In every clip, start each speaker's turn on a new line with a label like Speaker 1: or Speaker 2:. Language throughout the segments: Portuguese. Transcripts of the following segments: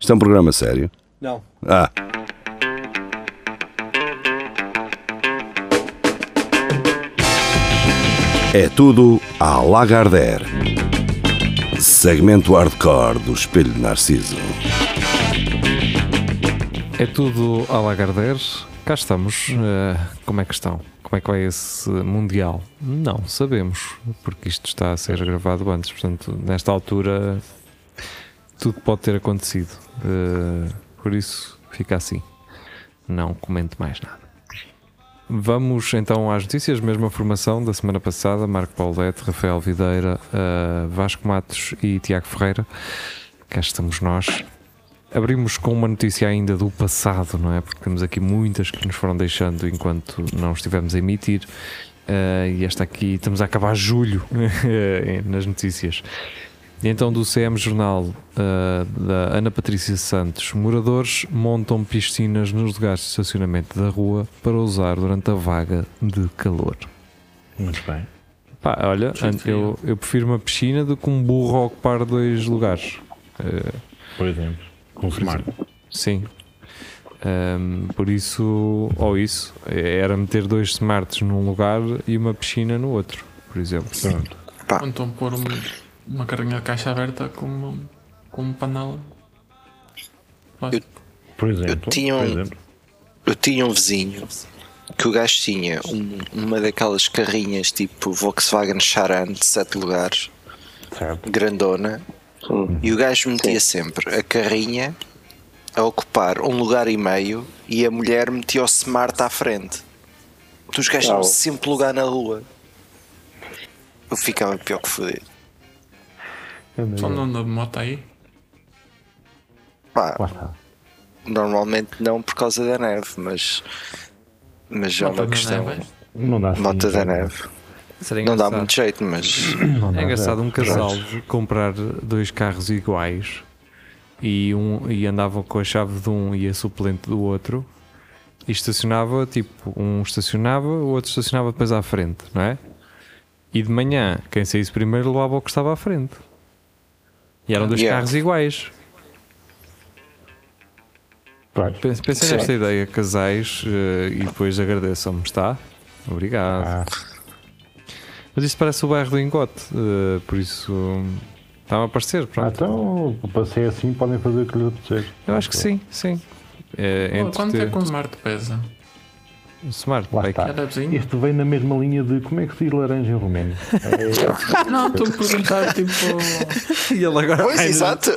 Speaker 1: Isto é um programa sério.
Speaker 2: Não.
Speaker 1: Ah, é tudo à Lagardère. Segmento hardcore do Espelho de Narciso.
Speaker 3: É tudo a Lagardère. Cá estamos. Eh, como é que estão? Como é que vai esse Mundial? Não sabemos, porque isto está a ser gravado antes. Portanto, nesta altura, tudo pode ter acontecido. Eh, por isso, fica assim. Não comento mais nada. Vamos então às notícias. Mesma formação da semana passada: Marco Paulette, Rafael Videira, eh, Vasco Matos e Tiago Ferreira. Cá estamos nós. Abrimos com uma notícia ainda do passado, não é? Porque temos aqui muitas que nos foram deixando enquanto não estivemos a emitir. Ah, e esta aqui, estamos a acabar julho eh, nas notícias. E Então, do CM Jornal ah, da Ana Patrícia Santos, moradores montam piscinas nos lugares de estacionamento da rua para usar durante a vaga de calor.
Speaker 2: Muito bem.
Speaker 3: Pá, olha, an- eu, eu prefiro uma piscina do que um burro a ocupar dois lugares. Ah,
Speaker 2: Por exemplo. Confirmar.
Speaker 3: Sim. Ahm, por isso, ou isso, era meter dois smarts num lugar e uma piscina no outro, por exemplo.
Speaker 2: Pronto.
Speaker 4: Ou então pôr um- uma carrinha de caixa aberta com, um- com um panela.
Speaker 2: Por exemplo.
Speaker 5: tinha
Speaker 2: Por
Speaker 5: um-
Speaker 2: exemplo.
Speaker 5: Eu tinha um vizinho que o gajo tinha um- uma daquelas carrinhas tipo Volkswagen Charan de 7 lugares,
Speaker 2: Certo.
Speaker 5: grandona, e o gajo metia sempre a carrinha a ocupar um lugar e meio e a mulher metia o smart à frente. Então Os gajos tinham sempre lugar na rua. Eu ficava pior que foder.
Speaker 4: Só não anda de moto aí.
Speaker 5: Pá,
Speaker 2: Lá está.
Speaker 5: normalmente não por causa da neve, mas, mas é
Speaker 4: Moto
Speaker 5: uma
Speaker 4: na
Speaker 5: questão.
Speaker 4: neve.
Speaker 2: Não dá assim,
Speaker 5: Mota da
Speaker 2: sabe?
Speaker 5: neve.
Speaker 3: Seria
Speaker 5: Não dá
Speaker 3: engraçado.
Speaker 5: muito jeito, mas
Speaker 2: Não dá
Speaker 3: É engraçado
Speaker 2: zero.
Speaker 3: um casal de comprar dois carros iguais e, um, e andavam com a chave de um e a suplente do outro e estacionava, tipo, um estacionava, o outro estacionava depois à frente, não é? E de manhã, quem saísse primeiro levava o que estava à frente. E eram dois
Speaker 5: Yeah.
Speaker 3: carros iguais.
Speaker 2: Pronto.
Speaker 3: Pense- Pensem
Speaker 5: Sim.
Speaker 3: nesta ideia, casais, eh, e depois agradeçam-me, está? Obrigado.
Speaker 2: Ah,
Speaker 3: Mas isto parece o bairro do Ingote, eh, por isso hum, está-me a parecer,
Speaker 2: ah,
Speaker 3: pronto.
Speaker 2: então, passei assim, podem fazer o que lhes apetecer.
Speaker 3: Eu acho que sim, sim. É,
Speaker 4: Pô,
Speaker 3: entre
Speaker 4: Quanto é
Speaker 3: ter
Speaker 4: que um smart pesa?
Speaker 3: smart,
Speaker 2: Lá
Speaker 3: vai
Speaker 2: está.
Speaker 3: aqui.
Speaker 4: Era vizinho?
Speaker 2: Isto vem na mesma linha de como é que se diz laranja em romeno. É,
Speaker 4: Ah, Não, estou a perguntar, tipo.
Speaker 3: E ele agora
Speaker 5: Pois, exato.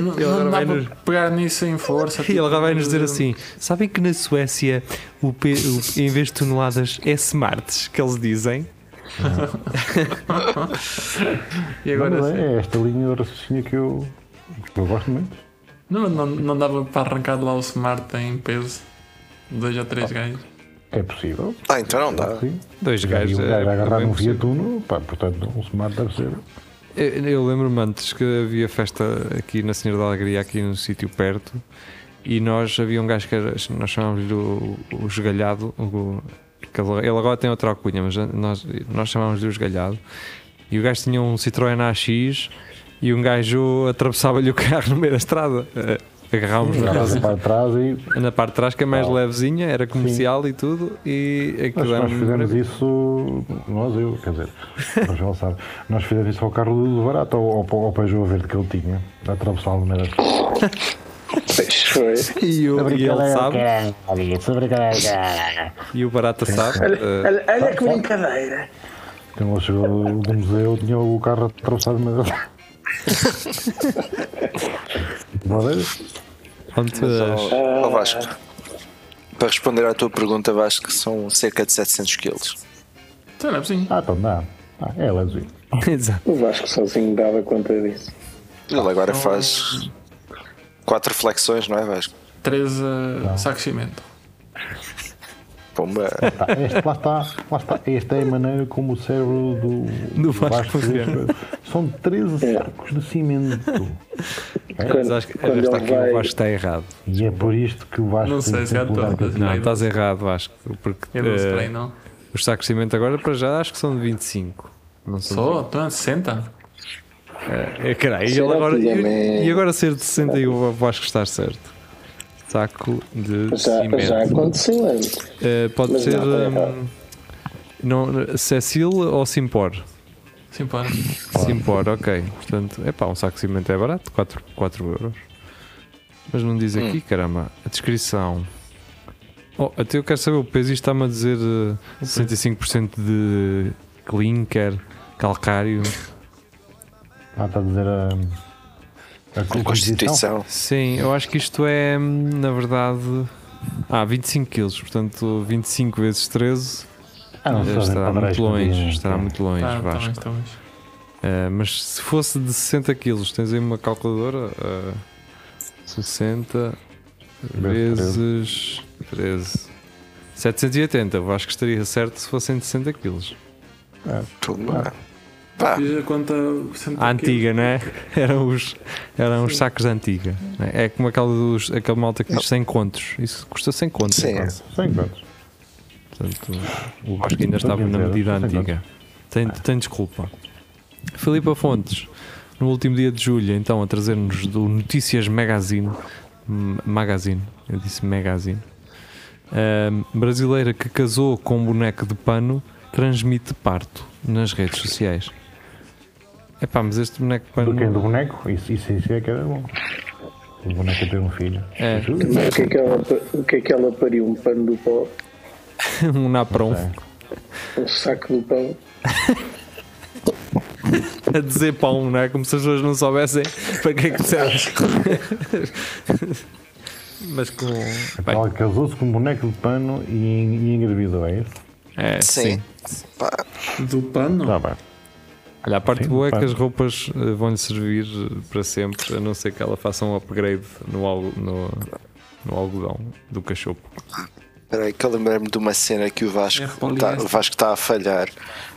Speaker 4: Não,
Speaker 3: Ele agora
Speaker 4: não dá
Speaker 3: vai nos-
Speaker 4: para pegar nisso em força.
Speaker 3: E
Speaker 4: tipo,
Speaker 3: ele agora vai nos dizer
Speaker 4: de-
Speaker 3: assim: sabem que na Suécia o, P, o- em vez de toneladas é smarts que eles dizem?
Speaker 4: E agora
Speaker 2: não,
Speaker 4: assim,
Speaker 2: é esta linha de raciocínio que eu, que eu gosto muito.
Speaker 4: não, não, não dava para arrancar de lá o smart em peso. Dois ou três gajos.
Speaker 2: É possível.
Speaker 5: Ah, então não dá.
Speaker 2: Sim.
Speaker 3: Dois
Speaker 2: E
Speaker 3: gajos.
Speaker 2: o
Speaker 3: é,
Speaker 2: gajo a agarrar
Speaker 3: também
Speaker 2: um
Speaker 3: possível.
Speaker 2: Fiatuno, pá, portanto, um smart deve ser.
Speaker 3: Eu, eu lembro-me antes que havia festa aqui na Senhora da Alegria, aqui num sítio perto, e nós havia um gajo que era, nós chamávamos-lhe o, o esgalhado, o- que ele ele agora tem outra alcunha, mas nós, nós chamávamos-lhe o esgalhado, e o gajo tinha um Citroën AX e um gajo atravessava-lhe o carro no meio da estrada. Eh, Agarrávamos no
Speaker 2: Agarra para trás e
Speaker 3: na parte de trás, que é mais levezinha, era comercial e tudo, e
Speaker 2: Nós,
Speaker 3: aquilo era
Speaker 2: nós
Speaker 3: um
Speaker 2: fizemos isso, nós eu, quer dizer, nós já sabe, nós fizemos isso ao carro do barato, ao, ao, ao Peugeot verde que ele tinha, a atravessar o número.
Speaker 3: E, o- e ele sabe,
Speaker 2: é caralho, isso é brincadeira.
Speaker 3: e o Barata sabe. eh,
Speaker 6: Olha, olha que brincadeira.
Speaker 2: Então ele chegou do museu, tinha o carro atravessado, mas. Madeira?
Speaker 3: onde-
Speaker 5: Ó Vasco, para responder à tua pergunta, Vasco, são cerca de 700 quilos.
Speaker 4: Então era vizinho.
Speaker 2: Ah, então dá. Ah, é levezinho.
Speaker 3: Exato.
Speaker 6: O Vasco sozinho dava conta disso.
Speaker 5: Ele agora faz quatro flexões, não é, Vasco?
Speaker 4: Três eh, sacos de cimento.
Speaker 5: Pomba.
Speaker 2: Tá, este, lá está, lá está. Esta é a maneira como o cérebro do,
Speaker 3: Do Vasco funciona.
Speaker 2: São 13 sacos de cimento.
Speaker 3: É, Mas acho que esta aqui o Vasco está errado.
Speaker 2: E é por isto que o Vasco.
Speaker 4: Não sei
Speaker 2: tem
Speaker 4: se há
Speaker 2: tanto lugar
Speaker 4: todas.
Speaker 2: para-
Speaker 3: Não,
Speaker 4: Eu
Speaker 3: estás errado, Vasco. Porque
Speaker 4: Eu não
Speaker 3: eh,
Speaker 4: sei, não. então,
Speaker 3: os sacos de cimento agora para já acho que são de 25. Não são
Speaker 4: Só, estão a 60.
Speaker 3: É, caralho, e,
Speaker 6: Será
Speaker 3: ele agora,
Speaker 6: que é
Speaker 3: e, e agora ser de 60 e um, o Vasco estar certo. Saco de
Speaker 6: Já,
Speaker 3: cimento.
Speaker 6: já aconteceu antes.
Speaker 3: Eh, pode
Speaker 6: mas
Speaker 3: ser.
Speaker 6: não, tá
Speaker 3: hum,
Speaker 6: errado.
Speaker 3: não, Cecil ou Simpor?
Speaker 4: Sim, pode.
Speaker 3: Simpor, ok. Portanto, é pá, um saco de cimento é barato, 4, 4 euros. Mas não diz aqui, caramba, a descrição. Oh, até eu quero saber o peso e está-me a dizer eh, 65% de clinker, calcário.
Speaker 2: Ah, está a dizer a. A composição.
Speaker 5: Constituição.
Speaker 3: Sim, eu acho que isto é, hum, na verdade. Ah, 25 quilos, portanto 25 vezes 13
Speaker 2: Ah, não sei,
Speaker 3: estará
Speaker 2: padrões,
Speaker 3: muito longe.
Speaker 2: padrões.
Speaker 3: Estará muito longe,
Speaker 4: Tá, tá
Speaker 3: Vasco.
Speaker 4: bem, tá bem.
Speaker 3: Uh, mas se fosse de 60 quilos, tens aí uma calculadora? Uh, 60 vezes 13. 780, eu acho que estaria certo se fossem de 60 quilos.
Speaker 5: Tudo é? bem. Pá,
Speaker 4: Diz a conta sempre
Speaker 3: A
Speaker 4: aqui.
Speaker 3: antiga, não é? Eram os, eram os sacos da antiga. né? É como aquela, dos, aquela malta que diz 100 contos. Isso custa 100 contos.
Speaker 5: Sim.
Speaker 3: quase.
Speaker 2: Sem quantos?
Speaker 3: Portanto, acho que ainda estava na medida antiga. Tem, tem desculpa. Filipa Fontes, no último dia de julho, então, a trazer-nos do Notícias Magazine. M- Magazine, eu disse Magazine. Ahm, brasileira que casou com um boneco de pano transmite parto nas redes sociais. Epá, mas este boneco de pano.
Speaker 2: Do quem? Do boneco? Isso, isso, isso é que era bom. O boneco a ter um filho.
Speaker 3: É.
Speaker 2: Juro.
Speaker 6: Mas o que é que ela, pa- o que é que ela pariu? Um pano do pó?
Speaker 3: um napron
Speaker 6: Um saco do pão?
Speaker 3: a dizer pão, não é? Como se as pessoas não soubessem para que é que serve. Mas com. Bem,
Speaker 2: Ela casou-se com um boneco de pano e, e engravidou, é isso?
Speaker 3: é, sim.
Speaker 5: sim. Pá,
Speaker 4: Do pano?
Speaker 2: Tá bem.
Speaker 3: Olha, a parte
Speaker 2: Sim,
Speaker 3: boa é que
Speaker 2: pá.
Speaker 3: as roupas eh, vão-lhe servir eh, para sempre, a não ser que ela faça um upgrade no, algo- no, no algodão do cachorro.
Speaker 5: Peraí, que eu lembrei-me de uma cena que o Vasco
Speaker 4: É
Speaker 5: tá,
Speaker 4: poliéster.
Speaker 5: o Vasco está a falhar.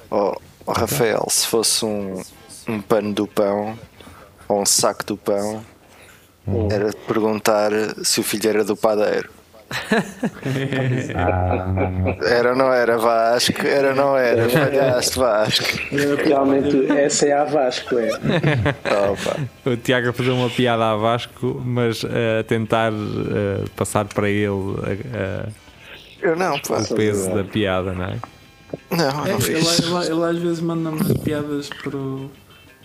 Speaker 5: Oh, oh, Rafael, se fosse um, um pano do pão ou um saco do pão,
Speaker 3: Hum.
Speaker 5: era de perguntar se o filho era do padeiro.
Speaker 3: Ah.
Speaker 5: Era ou não era Vasco? Era ou não era? Falhaste Vasco.
Speaker 6: Realmente, essa é a Vasco, é.
Speaker 5: Opa.
Speaker 3: O Tiago a fazer uma piada a Vasco, mas eh, a tentar eh, passar para ele eh,
Speaker 5: Eu não, pá.
Speaker 3: o peso da piada, não é?
Speaker 5: Não,
Speaker 4: É,
Speaker 5: eu não
Speaker 4: ele,
Speaker 5: fiz.
Speaker 4: ele- ele às vezes manda-me piadas pro,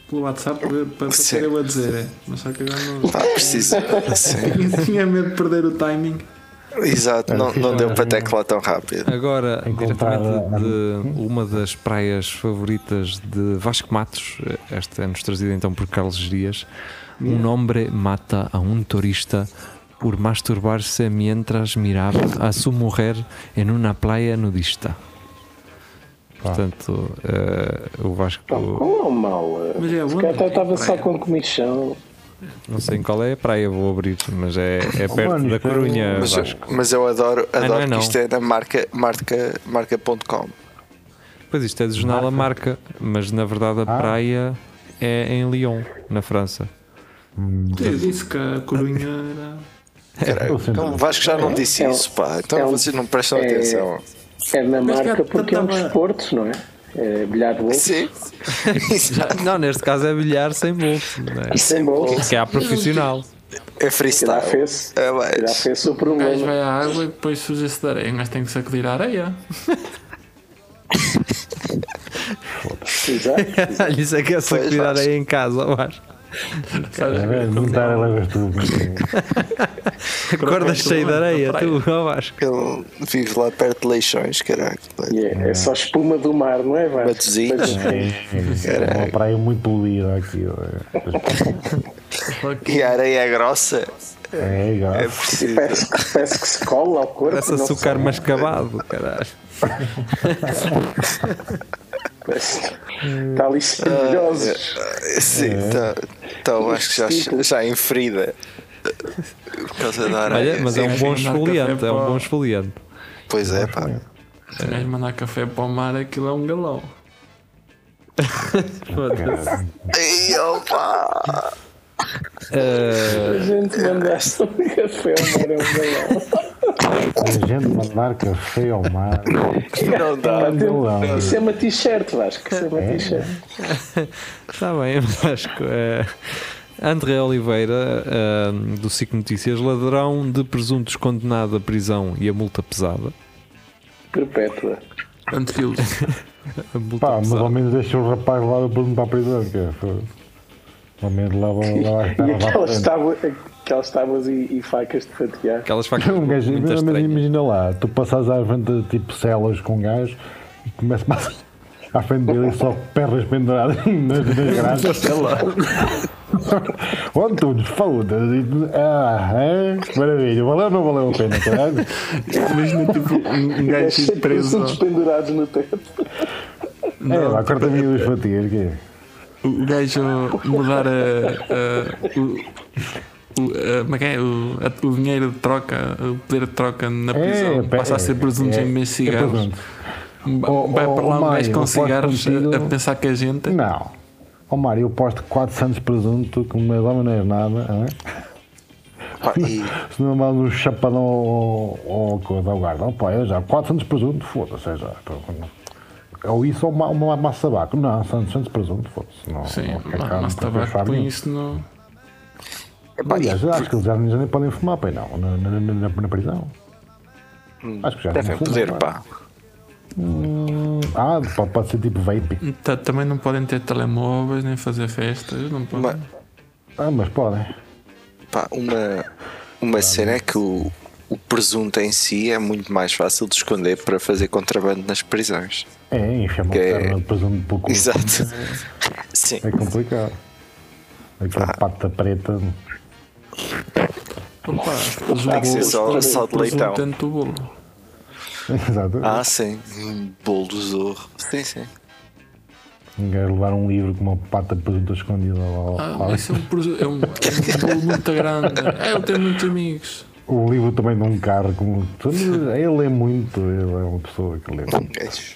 Speaker 4: pelo WhatsApp para, para
Speaker 5: Sim.
Speaker 4: ser eu a dizer, é. Mas só que agora não. tá
Speaker 5: Pá, preciso. Sim.
Speaker 4: Eu tinha medo de perder o timing.
Speaker 5: Exato, não, não deu para
Speaker 2: Era-
Speaker 5: teclar tão rápido.
Speaker 3: Agora,
Speaker 2: Encontrar
Speaker 3: diretamente
Speaker 2: a-
Speaker 3: de uma das praias favoritas de Vasco Matos, esta é-nos trazida então por Carlos Dias. Um hombre mata a um turista por masturbar-se mientras mirava a sua mulher em uma praia nudista. Portanto, eh, o Vasco,
Speaker 6: Qual é o mal?
Speaker 4: Mas é
Speaker 6: Se
Speaker 4: onde?
Speaker 6: calhar estava só
Speaker 4: Praia.
Speaker 6: com comichão.
Speaker 3: não sei em qual é a praia, vou abrir, mas é, é perto
Speaker 2: Mano,
Speaker 3: da
Speaker 2: isto é um-
Speaker 3: Corunha,
Speaker 5: Mas eu,
Speaker 3: Vasco.
Speaker 5: mas eu adoro,
Speaker 3: não
Speaker 5: adoro
Speaker 3: é não.
Speaker 5: que isto é da marca marca- marca.com.
Speaker 3: Pois isto é do jornal A Marca, mas na verdade a
Speaker 2: Ah.
Speaker 3: praia é em Lyon, na França.
Speaker 4: Eu disse que a Corunha era.
Speaker 2: Eu sempre-
Speaker 5: Então, Vasco já não disse
Speaker 6: é um-
Speaker 5: isso, pá. Então
Speaker 6: é um-
Speaker 5: vocês não prestam
Speaker 6: é-
Speaker 5: atenção.
Speaker 6: É na
Speaker 4: Mas já
Speaker 6: marca porque é um
Speaker 4: tava-
Speaker 6: desporto, não é? É bilhar de bolso.
Speaker 5: Sim.
Speaker 3: Não, neste caso é bilhar sem bolso,
Speaker 6: Sem bolso.
Speaker 3: que é a profissional.
Speaker 5: É
Speaker 6: Que dá
Speaker 5: freestyle.
Speaker 6: fez.
Speaker 5: É
Speaker 6: Que dá
Speaker 5: mais.
Speaker 6: fez o
Speaker 4: O gajo
Speaker 6: problema.
Speaker 4: vai à água e depois suja-se da areia, mas tem É um que sacudir a areia.
Speaker 6: Exato.
Speaker 3: Isso é que é só
Speaker 5: Pois,
Speaker 3: cuidar
Speaker 5: Vasco.
Speaker 3: aí em casa, ó Vasco.
Speaker 4: Sabes?
Speaker 2: É bem, não tá, levas tudo.
Speaker 3: Acordas cheio de
Speaker 6: é
Speaker 3: areia, tu, ó Vasco.
Speaker 5: Ele vive lá perto de Leixões, caralho.
Speaker 6: Yeah, É só espuma do mar, não é, Vasco?
Speaker 5: Batozinhos.
Speaker 2: É uma praia muito poluída aqui. ó.
Speaker 5: E a areia é grossa.
Speaker 2: É, é igual.
Speaker 5: É preciso.
Speaker 6: Parece, que- parece que se cola ao corpo.
Speaker 3: Parece
Speaker 6: não
Speaker 3: açúcar
Speaker 6: sei.
Speaker 3: mascavado, caralho.
Speaker 6: Parece-
Speaker 3: Hum.
Speaker 6: Está ali espinhosos.
Speaker 5: Sim,
Speaker 6: É.
Speaker 5: então, então acho que já, já é inferida. Por causa da areia.
Speaker 3: Olha, mas é um
Speaker 5: Sim,
Speaker 3: bom
Speaker 4: Sim, sim.
Speaker 3: esfoliante, é um bom esfoliante.
Speaker 5: Pois é, pá.
Speaker 4: Se o Um gajo mandar café para o mar, aquilo é um galão.
Speaker 5: Ei, opa!
Speaker 3: Eh,
Speaker 6: A gente mandaste um café ao mar é um galão.
Speaker 2: A gente mandar café ao mar.
Speaker 5: Não dá.
Speaker 2: Não.
Speaker 6: Isso é uma t-shirt, Vasco. Isso é uma t-shirt.
Speaker 3: Está tá bem, Vasco. eh, André Oliveira, eh, do SIC Notícias, ladrão de presuntos condenado à prisão e a multa pesada.
Speaker 6: Perpétua.
Speaker 4: Antefield.
Speaker 3: A multa
Speaker 4: Então,
Speaker 2: Pá, mas
Speaker 3: pesada.
Speaker 2: ao menos deixa o rapaz lá para a prisão. Que é, foi- ao menos lá lá
Speaker 6: E aquelas
Speaker 2: está.
Speaker 6: tábuas, aquelas tábuas e, e facas de fatiar.
Speaker 3: Aquelas facas
Speaker 2: Um gajo,
Speaker 3: muito
Speaker 2: mas
Speaker 3: estranhas.
Speaker 2: imagina lá, tu passas à frente de tipo celas com um gajo e começa a à frente dele e só pernas penduradas nas, nas grades.
Speaker 4: é
Speaker 2: Ó Antunes, foda-se. Ah, é? Maravilha, valeu ou não valeu a pena, caralho?
Speaker 4: Imagina tipo um um gajo
Speaker 6: Achei
Speaker 4: tipo,
Speaker 6: que
Speaker 4: preso.
Speaker 6: todos pendurados no teto.
Speaker 2: É, lá, corta-me duas fatias, que é?
Speaker 4: O o gajo mudar a. a- o, o- a- como é que é? O, a- o dinheiro de troca, o poder de troca na prisão
Speaker 2: pe-
Speaker 4: passa a ser presuntos
Speaker 2: é-
Speaker 4: em vez de cigarros.
Speaker 2: presunto. Oh,
Speaker 4: Vai para lá
Speaker 2: oh,
Speaker 4: um gajo
Speaker 2: Mário,
Speaker 4: com
Speaker 2: eu posso
Speaker 4: cigarros a,
Speaker 2: contigo-
Speaker 4: a pensar que a gente.
Speaker 2: Não. Ó Mário, eu posto 4 santos presunto, que uma dama não é nada, não é?
Speaker 5: Pá, e
Speaker 2: se não mando um chapadão ao, ao, coisa, ao guarda. Opa, eu já 4 santos presunto, foda-se, já. pô, não. Ou isso ou uma, uma massa de tabaco. Não, santos, santos presunto, foda-se. Não,
Speaker 4: Sim,
Speaker 2: não fica cá, não
Speaker 4: mas
Speaker 2: fica
Speaker 4: tabaco
Speaker 2: fechado
Speaker 4: põe
Speaker 2: nenhum.
Speaker 4: isso no.
Speaker 5: Epá,
Speaker 2: Aliás,
Speaker 5: e-
Speaker 2: acho que eles já, já nem podem fumar, pai, não, na, na, na, na- na prisão. acho que já não
Speaker 5: Hum, devem
Speaker 2: fumam,
Speaker 5: poder,
Speaker 2: pá.
Speaker 5: pá.
Speaker 2: Hum, ah, pode, pode ser tipo vape.
Speaker 4: Ta- tá, também não podem ter telemóveis, nem fazer festas, não podem.
Speaker 5: Uma,
Speaker 2: Ah, mas podem.
Speaker 5: pá, uma, uma cena é que o, o presunto em si é muito mais fácil de esconder para fazer contrabando nas prisões.
Speaker 2: É, enfiar uma
Speaker 5: Que é-
Speaker 2: perna de presunto pelo cu.
Speaker 5: Exato. Sim.
Speaker 2: É complicado. Aquela pata preta.
Speaker 4: Opa,
Speaker 5: Tem que ser só, só de leitão.
Speaker 4: dentro do bolo.
Speaker 2: Exato.
Speaker 5: Ah, sim. Um bolo do zorro. Sim, sim.
Speaker 2: Um gajo levar um livro com uma pata de presunto escondida lá.
Speaker 4: Ah,
Speaker 2: lá.
Speaker 4: mas é um, presu- é um, é um bolo muito grande. É, eu tenho muitos amigos.
Speaker 2: O livro também de um carro. Com... Ele é muito. Ele é uma pessoa que lê.
Speaker 5: Um gajo.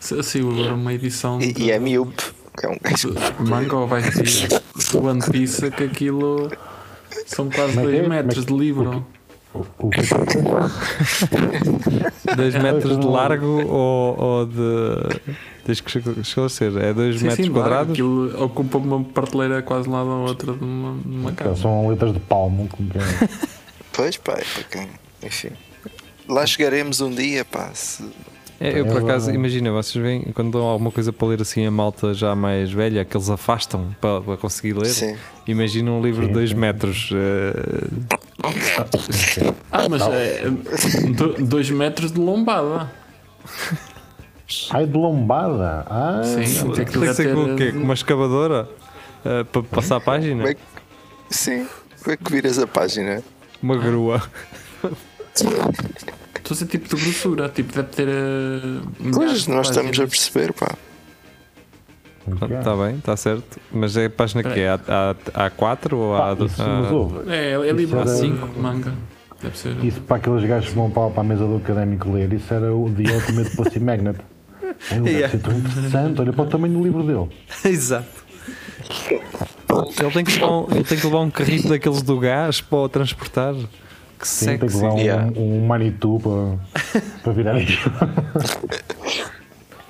Speaker 4: Se- se eu agora uma edição
Speaker 5: E, e é miúpe. que É um gajo.
Speaker 4: de manga ou vai ser do One Piece que aquilo são quase
Speaker 2: Mas é-
Speaker 4: 2
Speaker 2: mas-
Speaker 4: metros de livro.
Speaker 2: O, o que é que-
Speaker 3: 2 metros de
Speaker 2: não-
Speaker 3: largo ou, ou de. Tens que esclarecer. É 2
Speaker 4: Sim,
Speaker 3: metros
Speaker 4: sim, claro,
Speaker 3: quadrados?
Speaker 4: aquilo ocupa uma prateleira quase lá da outra de uma, de uma casa.
Speaker 2: São letras de palmo. com que é-
Speaker 5: Pois, pá. é para quem- Enfim. Lá chegaremos um dia, pá. se-
Speaker 3: É, eu por
Speaker 2: É,
Speaker 3: acaso,
Speaker 2: é.
Speaker 3: imagina, vocês veem quando dão alguma coisa para ler assim a malta já mais velha, que eles afastam para, para conseguir ler.
Speaker 5: Sim.
Speaker 3: Imagina um livro de 2 metros. eh,
Speaker 4: Ah, mas é 2 metros de lombada.
Speaker 2: Ai, de lombada. Ah,
Speaker 4: Sim, tem que
Speaker 3: tem que ser com o quê?
Speaker 4: ter.
Speaker 3: Com uma escavadora? eh, para passar a página?
Speaker 5: Como é que- Sim. Como é que viras a página?
Speaker 3: Uma grua.
Speaker 4: Estou a ser tipo de grossura, tipo deve ter. eh, milhares
Speaker 5: Pois,
Speaker 4: de
Speaker 5: nós estamos a
Speaker 4: páginas.
Speaker 5: perceber, pá.
Speaker 2: é?
Speaker 3: Está tá bem, está certo. Mas é a página que é? Há- Há 4 ou ah, há.
Speaker 2: Pá, Ah, isso, mas
Speaker 3: há-
Speaker 2: ouve,
Speaker 4: É, é livro
Speaker 2: Isso era-
Speaker 4: assim, manga. Deve ser.
Speaker 2: isso para aqueles gajos que vão para, para a mesa do académico ler, isso era o The Ultimate Pussy Magnet. É um
Speaker 3: Yeah.
Speaker 2: gajo tão interessante. Olha para o tamanho do livro dele.
Speaker 3: Exato. Ele tem, que levar um, ele tem que levar um carrito daqueles do gás para o transportar. Que
Speaker 2: Sim, tem que
Speaker 3: sexy.
Speaker 2: levar um,
Speaker 5: Yeah.
Speaker 2: um Manitou para, para virar aquilo.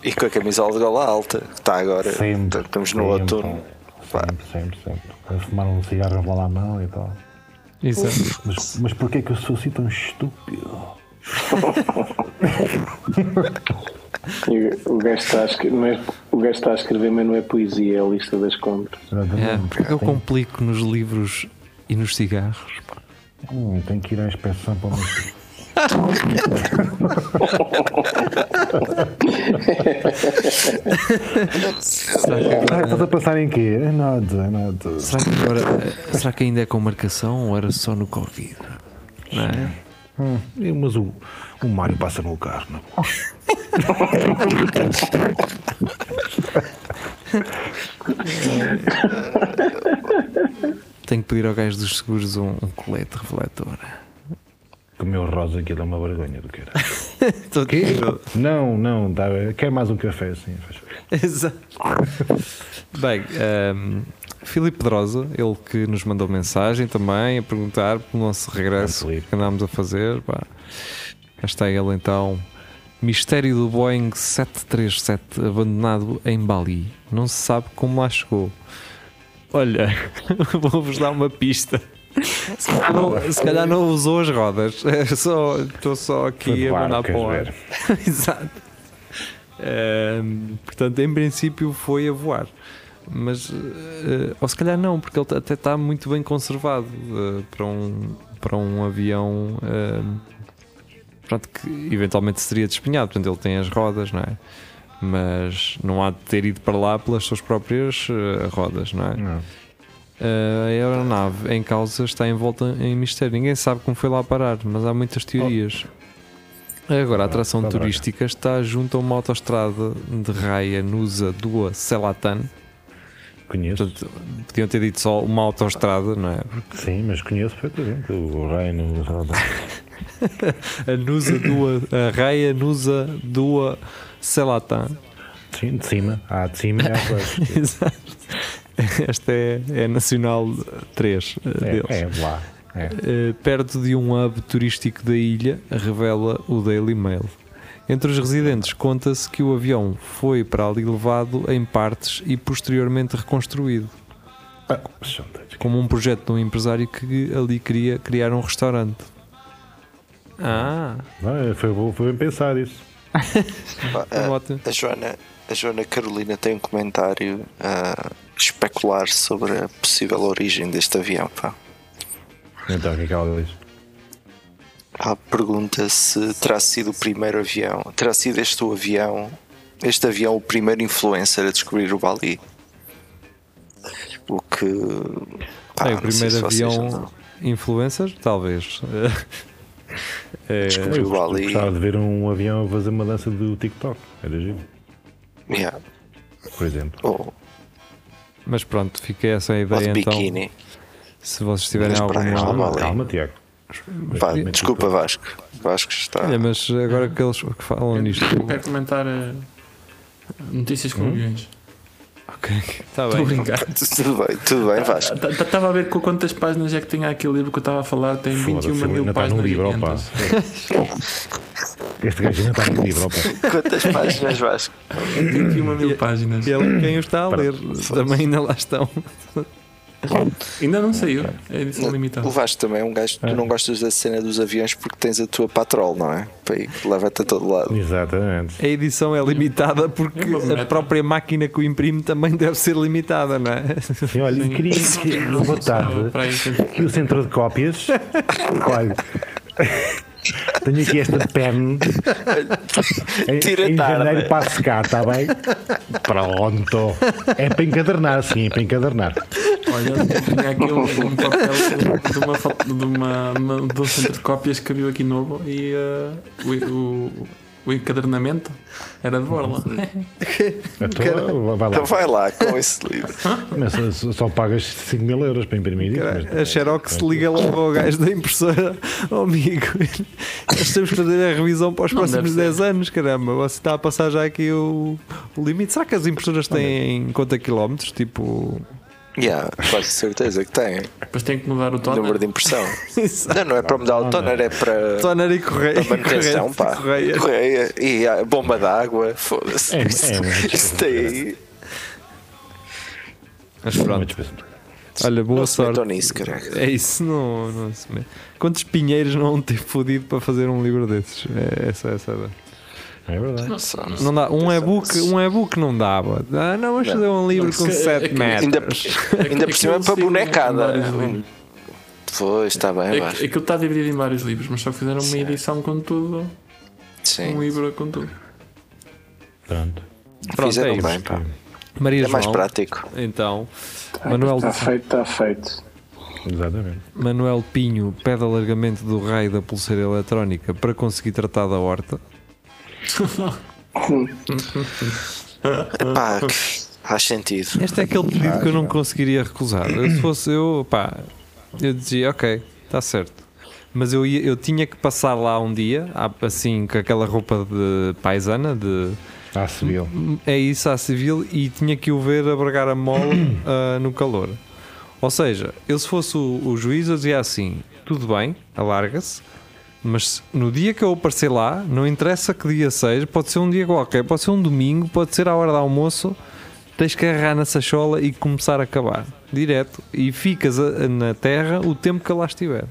Speaker 5: E com a camisola de gola alta, que está agora.
Speaker 2: Sempre.
Speaker 5: Estamos no
Speaker 2: sempre,
Speaker 5: outono. Pá.
Speaker 2: Sempre, sempre, sempre. A fumar um cigarro lá na mão e tal.
Speaker 3: Exato.
Speaker 2: Mas, mas porquê que eu sou assim tão estúpido?
Speaker 6: E o- O gajo está a escrever, não é, o gajo está a escrever, mas não é poesia, é a lista das compras.
Speaker 3: É,
Speaker 2: Exatamente.
Speaker 3: porque eu complico nos livros e nos cigarros. pá.
Speaker 2: Hum, tenho que ir à inspeção para Ah, o meu filho. Ah, Estás a pensar em quê? É nada, é nada.
Speaker 3: Será que, agora- será que ainda é com marcação ou era só no Covid? Não é?
Speaker 2: Eu, Mas o, o Mário passa no carro, não é?
Speaker 3: Tenho que pedir ao gajo dos seguros um, um colete refletor.
Speaker 2: Que o meu rosa aqui dá uma vergonha do que era.
Speaker 3: Estou aqui.
Speaker 2: Não, não, é tá, bem. quer mais um café assim. faz favor.
Speaker 3: Exato. Bem, ehm, Filipe Pedrosa, ele que nos mandou mensagem também a perguntar pelo nosso regresso
Speaker 2: Grande Filipe.
Speaker 3: que andámos a fazer. Pá. Cá está ele então. Mistério do Boeing 737 abandonado em Bali. Não se sabe como lá chegou. Olha, vou-vos dar uma pista. Se calhar, não, se calhar não usou as rodas. É só- Estou só
Speaker 2: Foi
Speaker 3: aqui
Speaker 2: de
Speaker 3: a
Speaker 2: barco,
Speaker 3: mandar para
Speaker 2: queres
Speaker 3: o ar.
Speaker 2: ver?
Speaker 3: Exato. Ehm, portanto, em princípio foi a voar. Mas, eh, ou se calhar não, porque ele t- até está muito bem conservado eh, para, um, para um avião ehm, pronto, que eventualmente seria despenhado. Portanto, ele tem as rodas, não é? Mas não há de ter ido para lá pelas suas próprias eh, rodas, não é?
Speaker 2: Não.
Speaker 3: Eh, a aeronave em causa está envolta em mistério. Ninguém sabe como foi lá parar, mas há muitas teorias. Agora, a atração
Speaker 2: tá droga.
Speaker 3: turística está junto a uma autoestrada de raia Nusa Dua Selatan.
Speaker 2: Conheço.
Speaker 3: Portanto, podiam ter dito só uma autoestrada, não é?
Speaker 2: Sim, mas conheço perfeitamente o reino.
Speaker 3: A Nusa Dua, a raia Nusa Dua Selatan.
Speaker 2: Sim, de cima. Ah, de cima é a
Speaker 3: Exato. Esta é, é a Nacional 3 eh, deles.
Speaker 2: É, é lá. É.
Speaker 3: Eh, perto de um hub turístico da ilha, revela o Daily Mail. Entre os residentes, conta-se que o avião foi para ali levado em partes e posteriormente reconstruído,
Speaker 2: Ah, chantagem.
Speaker 3: como um projeto de um empresário que ali queria criar um restaurante. Ah,
Speaker 2: Não, é, foi, bom- foi bem pensado isso.
Speaker 5: Pá, é,
Speaker 3: ah.
Speaker 5: a-
Speaker 3: ótimo.
Speaker 5: A Joana, a Joana Carolina tem um comentário a especular sobre a possível origem deste avião. Pá.
Speaker 2: Então, o que é que ela diz?
Speaker 5: Ela pergunta se terá sido o primeiro avião, terá sido este o avião, este avião o primeiro influencer a descobrir o Bali. O que. pá,
Speaker 3: É, o
Speaker 5: Ah,
Speaker 3: primeiro
Speaker 5: não sei se vocês
Speaker 3: avião
Speaker 5: não-
Speaker 3: influencer, talvez. Eh,
Speaker 5: Descobrir o
Speaker 2: Eu
Speaker 5: Bali.
Speaker 2: Gostava de ver um avião a fazer uma dança do TikTok. Era giro,
Speaker 5: Yeah.
Speaker 2: por exemplo.
Speaker 5: Ou,
Speaker 3: mas pronto, fica essa a
Speaker 5: ou
Speaker 3: ideia
Speaker 5: de
Speaker 3: então.
Speaker 5: biquíni.
Speaker 3: Se vocês tiverem
Speaker 5: Nas praias do
Speaker 3: alguma
Speaker 5: Bali.
Speaker 2: Calma, Tiago.
Speaker 5: Pá,
Speaker 2: Mas-
Speaker 5: desculpa, Vasco. Vasco está.
Speaker 3: então. Olha, mas agora que eles que falam nisto.
Speaker 4: Quero comentar eh, notícias com aviões.
Speaker 3: Ok, está
Speaker 4: Estou a
Speaker 3: tá bem.
Speaker 4: brincar.
Speaker 5: Tudo bem, tudo bem, Vasco.
Speaker 4: Estava Tá, a ver com quantas páginas é que tinha aquele livro que eu estava a falar, tem 21
Speaker 2: Foda-se, ainda
Speaker 4: mil
Speaker 2: está
Speaker 4: páginas.
Speaker 2: num
Speaker 4: e
Speaker 2: livro, opa.
Speaker 4: 500.
Speaker 2: Este gajo ainda está num livro, opa.
Speaker 5: Quantas páginas, Vasco?
Speaker 4: 21 mil páginas.
Speaker 3: E ele quem o está a ler. Também ainda lá estão.
Speaker 4: Ainda não saiu. É edição limitada.
Speaker 5: O Vasco também é um gajo que tu não gostas da cena dos aviões porque tens a tua patrol, não é? Para aí que leva-te a todo lado.
Speaker 2: Exatamente.
Speaker 3: A edição é limitada porque a própria máquina que o imprime também deve ser limitada, não é?
Speaker 2: Sim, olha, e queria dizer boa tarde.
Speaker 4: Para aí,
Speaker 2: Aqui o centro de cópias. Olha. Tenho aqui esta pen. Em,
Speaker 5: Tira
Speaker 2: em
Speaker 5: tarde.
Speaker 2: janeiro passo cá, está bem? Pronto. É para encadernar, sim, é para encadernar.
Speaker 4: Olha, eu tinha aqui um, um papel de uma, fo- de uma, de uma- de um centro de cópias que viu aqui novo e eh, o, o- o encadernamento era de borla.
Speaker 2: Então, vai lá.
Speaker 5: Então vai lá com esse livro.
Speaker 2: Mas eh, só- só pagas 5 mil euros para imprimir isso. mas-
Speaker 5: é
Speaker 3: A Xerox liga logo ao gajo da impressora, ao amigo. Nós temos que fazer a revisão para os próximos
Speaker 4: deve
Speaker 3: 10 anos, caramba. Você está a passar já aqui o, o limite. Será que as impressoras têm conta quilómetros? Tipo.
Speaker 5: Yeah, quase certeza que tem.
Speaker 4: Depois tem que mudar o
Speaker 5: Número
Speaker 4: toner.
Speaker 5: de impressão. Não, não é para mudar o toner, é para.
Speaker 3: Toner e correia.
Speaker 5: para manutenção, pá.
Speaker 3: correia.
Speaker 5: Correia e a bomba d'água, foda-se.
Speaker 2: É- é
Speaker 5: Isso-
Speaker 2: muito
Speaker 5: Isso daí.
Speaker 3: Mas pronto.
Speaker 2: é Muito bem.
Speaker 3: Olha, boa
Speaker 5: não se metam
Speaker 3: sorte.
Speaker 5: nisso, caralho.
Speaker 3: É isso, não, não se me- Quantos pinheiros não ter fodido para fazer um livro desses? É essa, essa. dá.
Speaker 2: É verdade.
Speaker 5: Só-
Speaker 3: Não dá. Um
Speaker 5: é
Speaker 3: e-book, um e-book não dá, bó. Ah, não, vamos fazer um livro com
Speaker 4: que- é
Speaker 3: 7
Speaker 4: que-
Speaker 5: Ainda,
Speaker 3: metros.
Speaker 5: por- ainda por cima é
Speaker 4: Aquilo
Speaker 5: para
Speaker 4: sim,
Speaker 5: bonecada.
Speaker 4: em vários livros.
Speaker 5: Pois, está bem,
Speaker 4: É-
Speaker 5: Vasco.
Speaker 4: Aquilo está dividido em vários livros, mas só fizeram uma edição com tudo, um
Speaker 5: Sim.
Speaker 4: livro com tudo.
Speaker 2: Pronto.
Speaker 3: Pronto, é
Speaker 5: Fizeram
Speaker 3: isso.
Speaker 5: bem, pá.
Speaker 3: Maria
Speaker 5: É mais
Speaker 3: João,
Speaker 5: prático.
Speaker 3: Então, Manuel,
Speaker 6: Está feito, está feito.
Speaker 2: Exatamente.
Speaker 3: Manuel Pinho pede alargamento do raio da pulseira eletrónica para conseguir tratar da horta.
Speaker 5: Pá, que- faz sentido.
Speaker 3: Este é aquele
Speaker 2: Ah,
Speaker 3: pedido que eu não conseguiria recusar. Eu, se fosse eu, pá, eu dizia, ok, está certo. Mas eu, ia- eu tinha que passar lá um dia, a- assim, com aquela roupa de paisana, de
Speaker 2: à civil.
Speaker 3: É isso à civil e tinha que o ver a bragar a mola ah, no calor. Ou seja, eu se fosse o, o juiz eu dizia assim, tudo bem, alarga-se, mas se- no dia que eu aparecer lá, não interessa que dia seja, pode ser um dia qualquer, pode ser um domingo, pode ser à hora do almoço, tens que agarrar na sachola e começar a acabar, direto, e ficas a- a- na terra o tempo que eu lá estiver.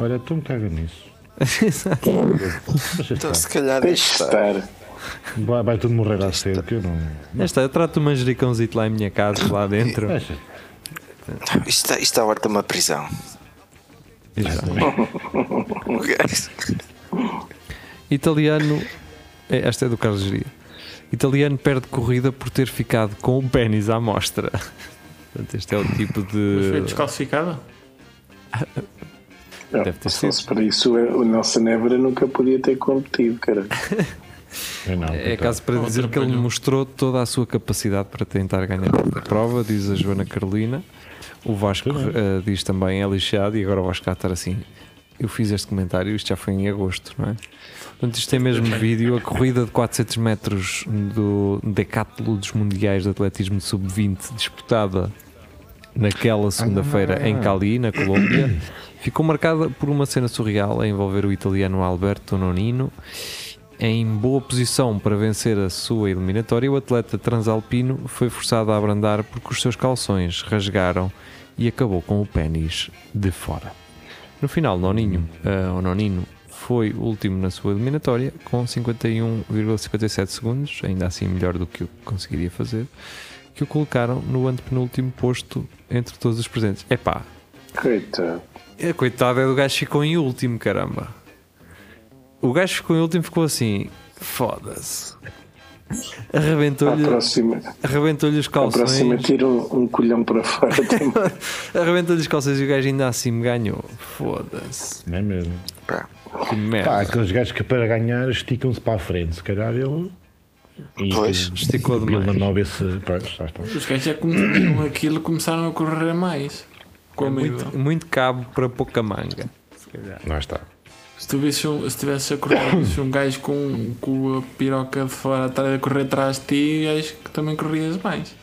Speaker 2: Olha, tu me caga nisso. Mas
Speaker 5: Então,
Speaker 2: está.
Speaker 5: se calhar
Speaker 6: Tens de
Speaker 5: está.
Speaker 6: estar.
Speaker 2: Vai, vai tudo morrer à cedo, que eu não.
Speaker 3: Esta, eu trato um manjericãozito lá em minha casa, lá dentro.
Speaker 2: Deixa.
Speaker 5: Isto está, isto está a hora de uma prisão. O gajo-
Speaker 3: Italiano. é, Esta é do Carlos Geria. Italiano perde corrida por ter ficado com o pênis à mostra. Portanto, este é o tipo
Speaker 2: Eh,
Speaker 4: Mas foi
Speaker 3: de.
Speaker 4: desclassificada?
Speaker 6: Não,
Speaker 3: Deve ter
Speaker 6: se fosse para isso, o nosso Nebra nunca podia ter competido, cara.
Speaker 2: Eu não.
Speaker 3: É
Speaker 2: coitado.
Speaker 3: caso para
Speaker 4: Ou
Speaker 3: dizer que ele
Speaker 4: atrapalhou.
Speaker 3: mostrou toda a sua capacidade para tentar ganhar a prova, diz a Joana Carolina. O Vasco eh, diz também é lixado e agora o Vasco vai estar assim. Eu fiz este comentário, isto já foi em agosto, não é? Portanto, isto é mesmo vídeo, a corrida de 400 metros do decátulo dos Mundiais de Atletismo de Sub-20 disputada naquela segunda-feira em Cali, na Colômbia, ficou marcada por uma cena surreal a envolver o italiano Alberto Nonino. Em boa posição para vencer a sua eliminatória, o atleta transalpino foi forçado a abrandar porque os seus calções rasgaram e acabou com o pênis de fora. No final, Noninho, eh, o Nonino foi o último na sua eliminatória com 51,57 segundos, ainda assim melhor do que eu conseguiria fazer, que o colocaram no antepenúltimo posto entre todos os presentes. Epá,
Speaker 6: Coitado.
Speaker 3: é, coitado é do gajo que ficou em último, caramba. O gajo que ficou em último ficou assim, foda-se.
Speaker 6: À
Speaker 3: Arrebentou-lhe
Speaker 6: próxima,
Speaker 3: arrebentou os
Speaker 6: à
Speaker 3: calções.
Speaker 6: próxima tira um, um colhão para fora também.
Speaker 3: Arrebentou-lhe os calções e o gajo ainda assim me ganhou. Foda-se.
Speaker 2: Não é mesmo?
Speaker 5: Pá,
Speaker 3: Que
Speaker 2: Pá,
Speaker 3: merda.
Speaker 2: aqueles gajos que para ganhar esticam-se para a frente, se calhar ele. E
Speaker 5: Pois.
Speaker 3: Esticou
Speaker 2: Ele
Speaker 3: demais.
Speaker 2: não vê se. Pois, já está.
Speaker 4: Os gajos já começaram aquilo, começaram a correr mais. Com a medida.
Speaker 3: É Muito, muito cabo para pouca manga.
Speaker 2: Lá está.
Speaker 4: Se tu visses um, se tivesse a correr visses um gajo com, com a piroca de fora atrás a correr atrás de ti, acho que também corrias mais.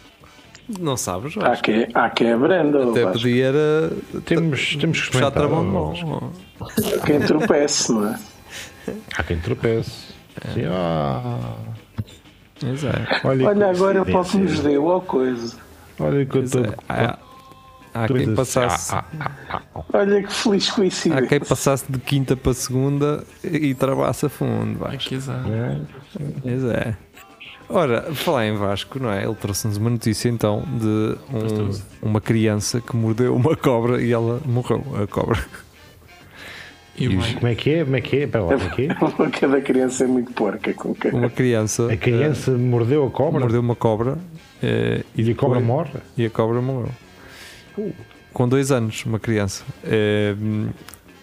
Speaker 3: Não sabes,
Speaker 6: Há
Speaker 3: acho.
Speaker 6: que, há que é branda,
Speaker 3: Até
Speaker 6: Vasco.
Speaker 3: podia era
Speaker 2: Temos, temos que
Speaker 3: puxar
Speaker 2: experimentar.
Speaker 3: travão de
Speaker 2: Vasco.
Speaker 3: mão.
Speaker 6: quem tropece, não é?
Speaker 2: Há quem tropece.
Speaker 3: É.
Speaker 2: Sim, ah,
Speaker 3: Mas é.
Speaker 2: olha,
Speaker 6: Olha
Speaker 2: que
Speaker 6: agora para o que nos
Speaker 2: coincidência.
Speaker 6: deu, ó coisa.
Speaker 2: Olha que eu
Speaker 3: Então,
Speaker 2: estou.
Speaker 3: Há, há quem passasse.
Speaker 6: Olha que feliz
Speaker 3: Há
Speaker 6: coincidência.
Speaker 3: quem passasse de quinta para segunda e travasse a fundo, Vasco.
Speaker 4: Aqui É exato.
Speaker 3: Pois é. Ora, falar em Vasco, não é? Ele trouxe-nos uma notícia então de um- uma criança que mordeu uma cobra e ela morreu, a cobra.
Speaker 4: E o mãe.
Speaker 2: Como é que é? Como é que é? Espera lá, como é que é?
Speaker 6: Cada criança é muito porca. Com que...
Speaker 3: Uma criança
Speaker 2: A criança mordeu a
Speaker 3: eh,
Speaker 2: cobra
Speaker 3: É. mordeu uma cobra eh,
Speaker 2: e a cobra
Speaker 3: depois-
Speaker 2: morre.
Speaker 3: E a cobra morreu. Com dois anos, uma criança. Eh,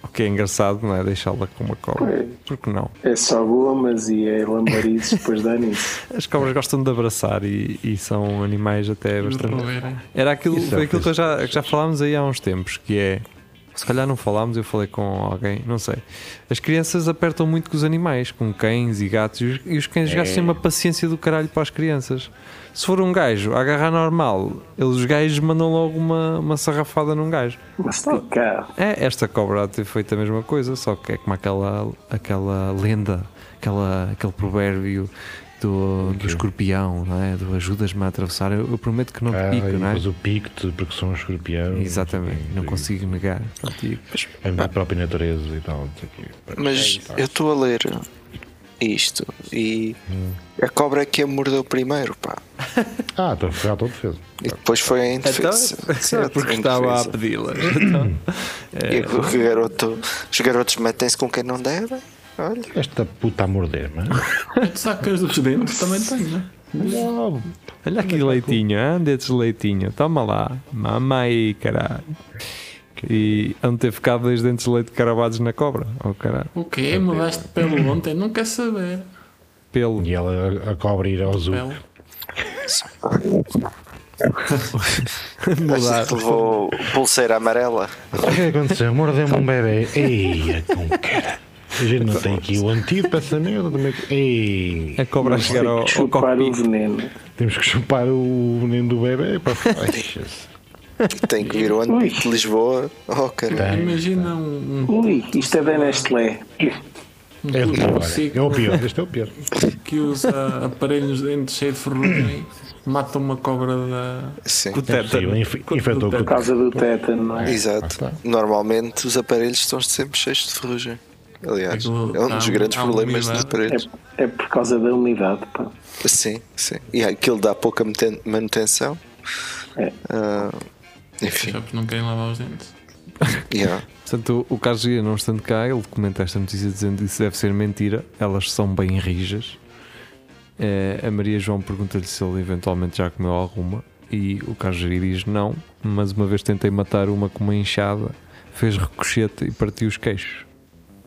Speaker 3: o que é engraçado, não é? Deixá-la com uma cobra.
Speaker 6: Pois.
Speaker 3: Porque não?
Speaker 6: É só gomas e é lambarizes, depois dá nisso.
Speaker 3: As cobras gostam de abraçar e, e são animais até
Speaker 4: de
Speaker 3: bastante
Speaker 4: roverem.
Speaker 3: Era aquilo,
Speaker 2: Isso
Speaker 3: foi
Speaker 2: é
Speaker 3: aquilo que, eu já, que já falámos aí há uns tempos, que é. Se calhar não falámos, eu falei com alguém, não sei. As crianças apertam muito com os animais, com cães e gatos, e os, e os
Speaker 2: É.
Speaker 3: cães e gatos têm uma paciência do caralho para as crianças. Se for um gajo a agarrar normal, eles os gajos mandam logo uma, uma sarrafada num gajo.
Speaker 6: Mas tem carro.
Speaker 3: É, esta cobra há de ter feito a mesma coisa, só que é como aquela, aquela lenda, aquela, aquele provérbio do, do escorpião, não é? Do ajudas-me a atravessar, eu, eu prometo que não te
Speaker 2: Ah,
Speaker 3: pico,
Speaker 2: e
Speaker 3: não é?
Speaker 2: depois o pico porque são um escorpião.
Speaker 3: Exatamente, não consigo negar. Pronto, e-
Speaker 2: A minha própria natureza e tal. não sei o quê.
Speaker 3: É
Speaker 5: Mas eu estou a ler isto e a cobra é que a mordeu primeiro, pá.
Speaker 2: Ah, estou a ficar autodefesa.
Speaker 5: E depois foi em
Speaker 3: Então,
Speaker 5: defesa.
Speaker 3: é porque
Speaker 5: Em
Speaker 3: estava a
Speaker 5: defesa.
Speaker 3: pedi-las.
Speaker 5: E o que o garoto, os garotos metem-se com quem não devem. Olha,
Speaker 2: Esta puta a morder, mano.
Speaker 4: Tu É sacas dos dentes também tenho, né?
Speaker 2: Uau.
Speaker 3: Olha aqui leitinho, hein? dedos de leitinho, toma lá, mama aí, caralho. E hão de ter ficado dois dentes de leite caravados na cobra, oh caralho,
Speaker 4: O quê? Mudaste de pelo ontem? Não quer saber.
Speaker 3: pelo.
Speaker 2: E ela a cobra ir ao zoo.
Speaker 4: Pelo.
Speaker 5: acho que levou pulseira amarela.
Speaker 2: O que é que aconteceu? Mordeu-me um bebê. Eia, com cara. A gente não tem aqui o antídoto para essa merda. é Também... Ei,
Speaker 3: A cobra a chegar ao, ao
Speaker 6: Chupar o
Speaker 3: cockpit.
Speaker 6: veneno.
Speaker 2: temos que chupar o veneno do bebê para faixas.
Speaker 5: Tem que vir o ano de Lisboa. Oh, caralho.
Speaker 4: Imagina um, um
Speaker 6: Ui, isto é da Nestlé.
Speaker 2: É o pior.
Speaker 4: Sim.
Speaker 2: É o pior. Este é o pior.
Speaker 4: que usa aparelhos de dente cheio de ferrugem mata uma cobra da.
Speaker 5: Sim.
Speaker 3: Com
Speaker 2: É
Speaker 3: tétano.
Speaker 2: possível. inf- Infectou o
Speaker 4: Por
Speaker 6: Por causa do tétano, não é?
Speaker 5: Exato. Normalmente os aparelhos estão sempre cheios de ferrugem. Aliás, é
Speaker 4: Aquilo
Speaker 5: um
Speaker 4: dá-
Speaker 5: dos grandes
Speaker 4: dá
Speaker 5: problemas dos
Speaker 4: umidade.
Speaker 5: aparelhos.
Speaker 6: É, é por causa da umidade, pá.
Speaker 5: Sim, sim. E aquilo dá pouca manuten- manutenção.
Speaker 6: É.
Speaker 5: Ah, enfim,
Speaker 4: Já não querem lavar os dentes.
Speaker 5: yeah.
Speaker 3: Portanto, o o Carlos Guia, não estando cá, ele comenta esta notícia dizendo que isso deve ser mentira, elas são bem rijas. Eh, a Maria João pergunta-lhe se ele eventualmente já comeu alguma e o Carlos Guia diz não, mas uma vez tentei matar uma com uma enxada, fez ricochete e partiu os queixos.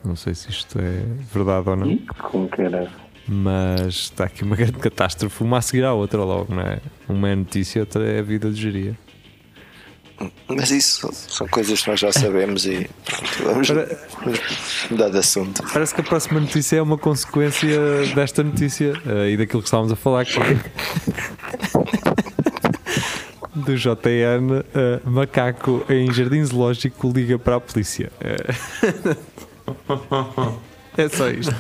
Speaker 3: Não sei se isto é verdade ou não,
Speaker 6: Ih, Como que era?
Speaker 3: mas está aqui uma grande catástrofe, uma a seguir à outra logo, não é? Uma é notícia, outra é a vida de geria.
Speaker 5: Mas isso são coisas que nós já sabemos e pronto, vamos, vamos mudar de assunto.
Speaker 3: Parece que a próxima notícia é uma consequência desta notícia eh, e daquilo que estávamos a falar. que é- Do JN, eh, macaco em jardim zoológico liga para a polícia. Eh, é só isto.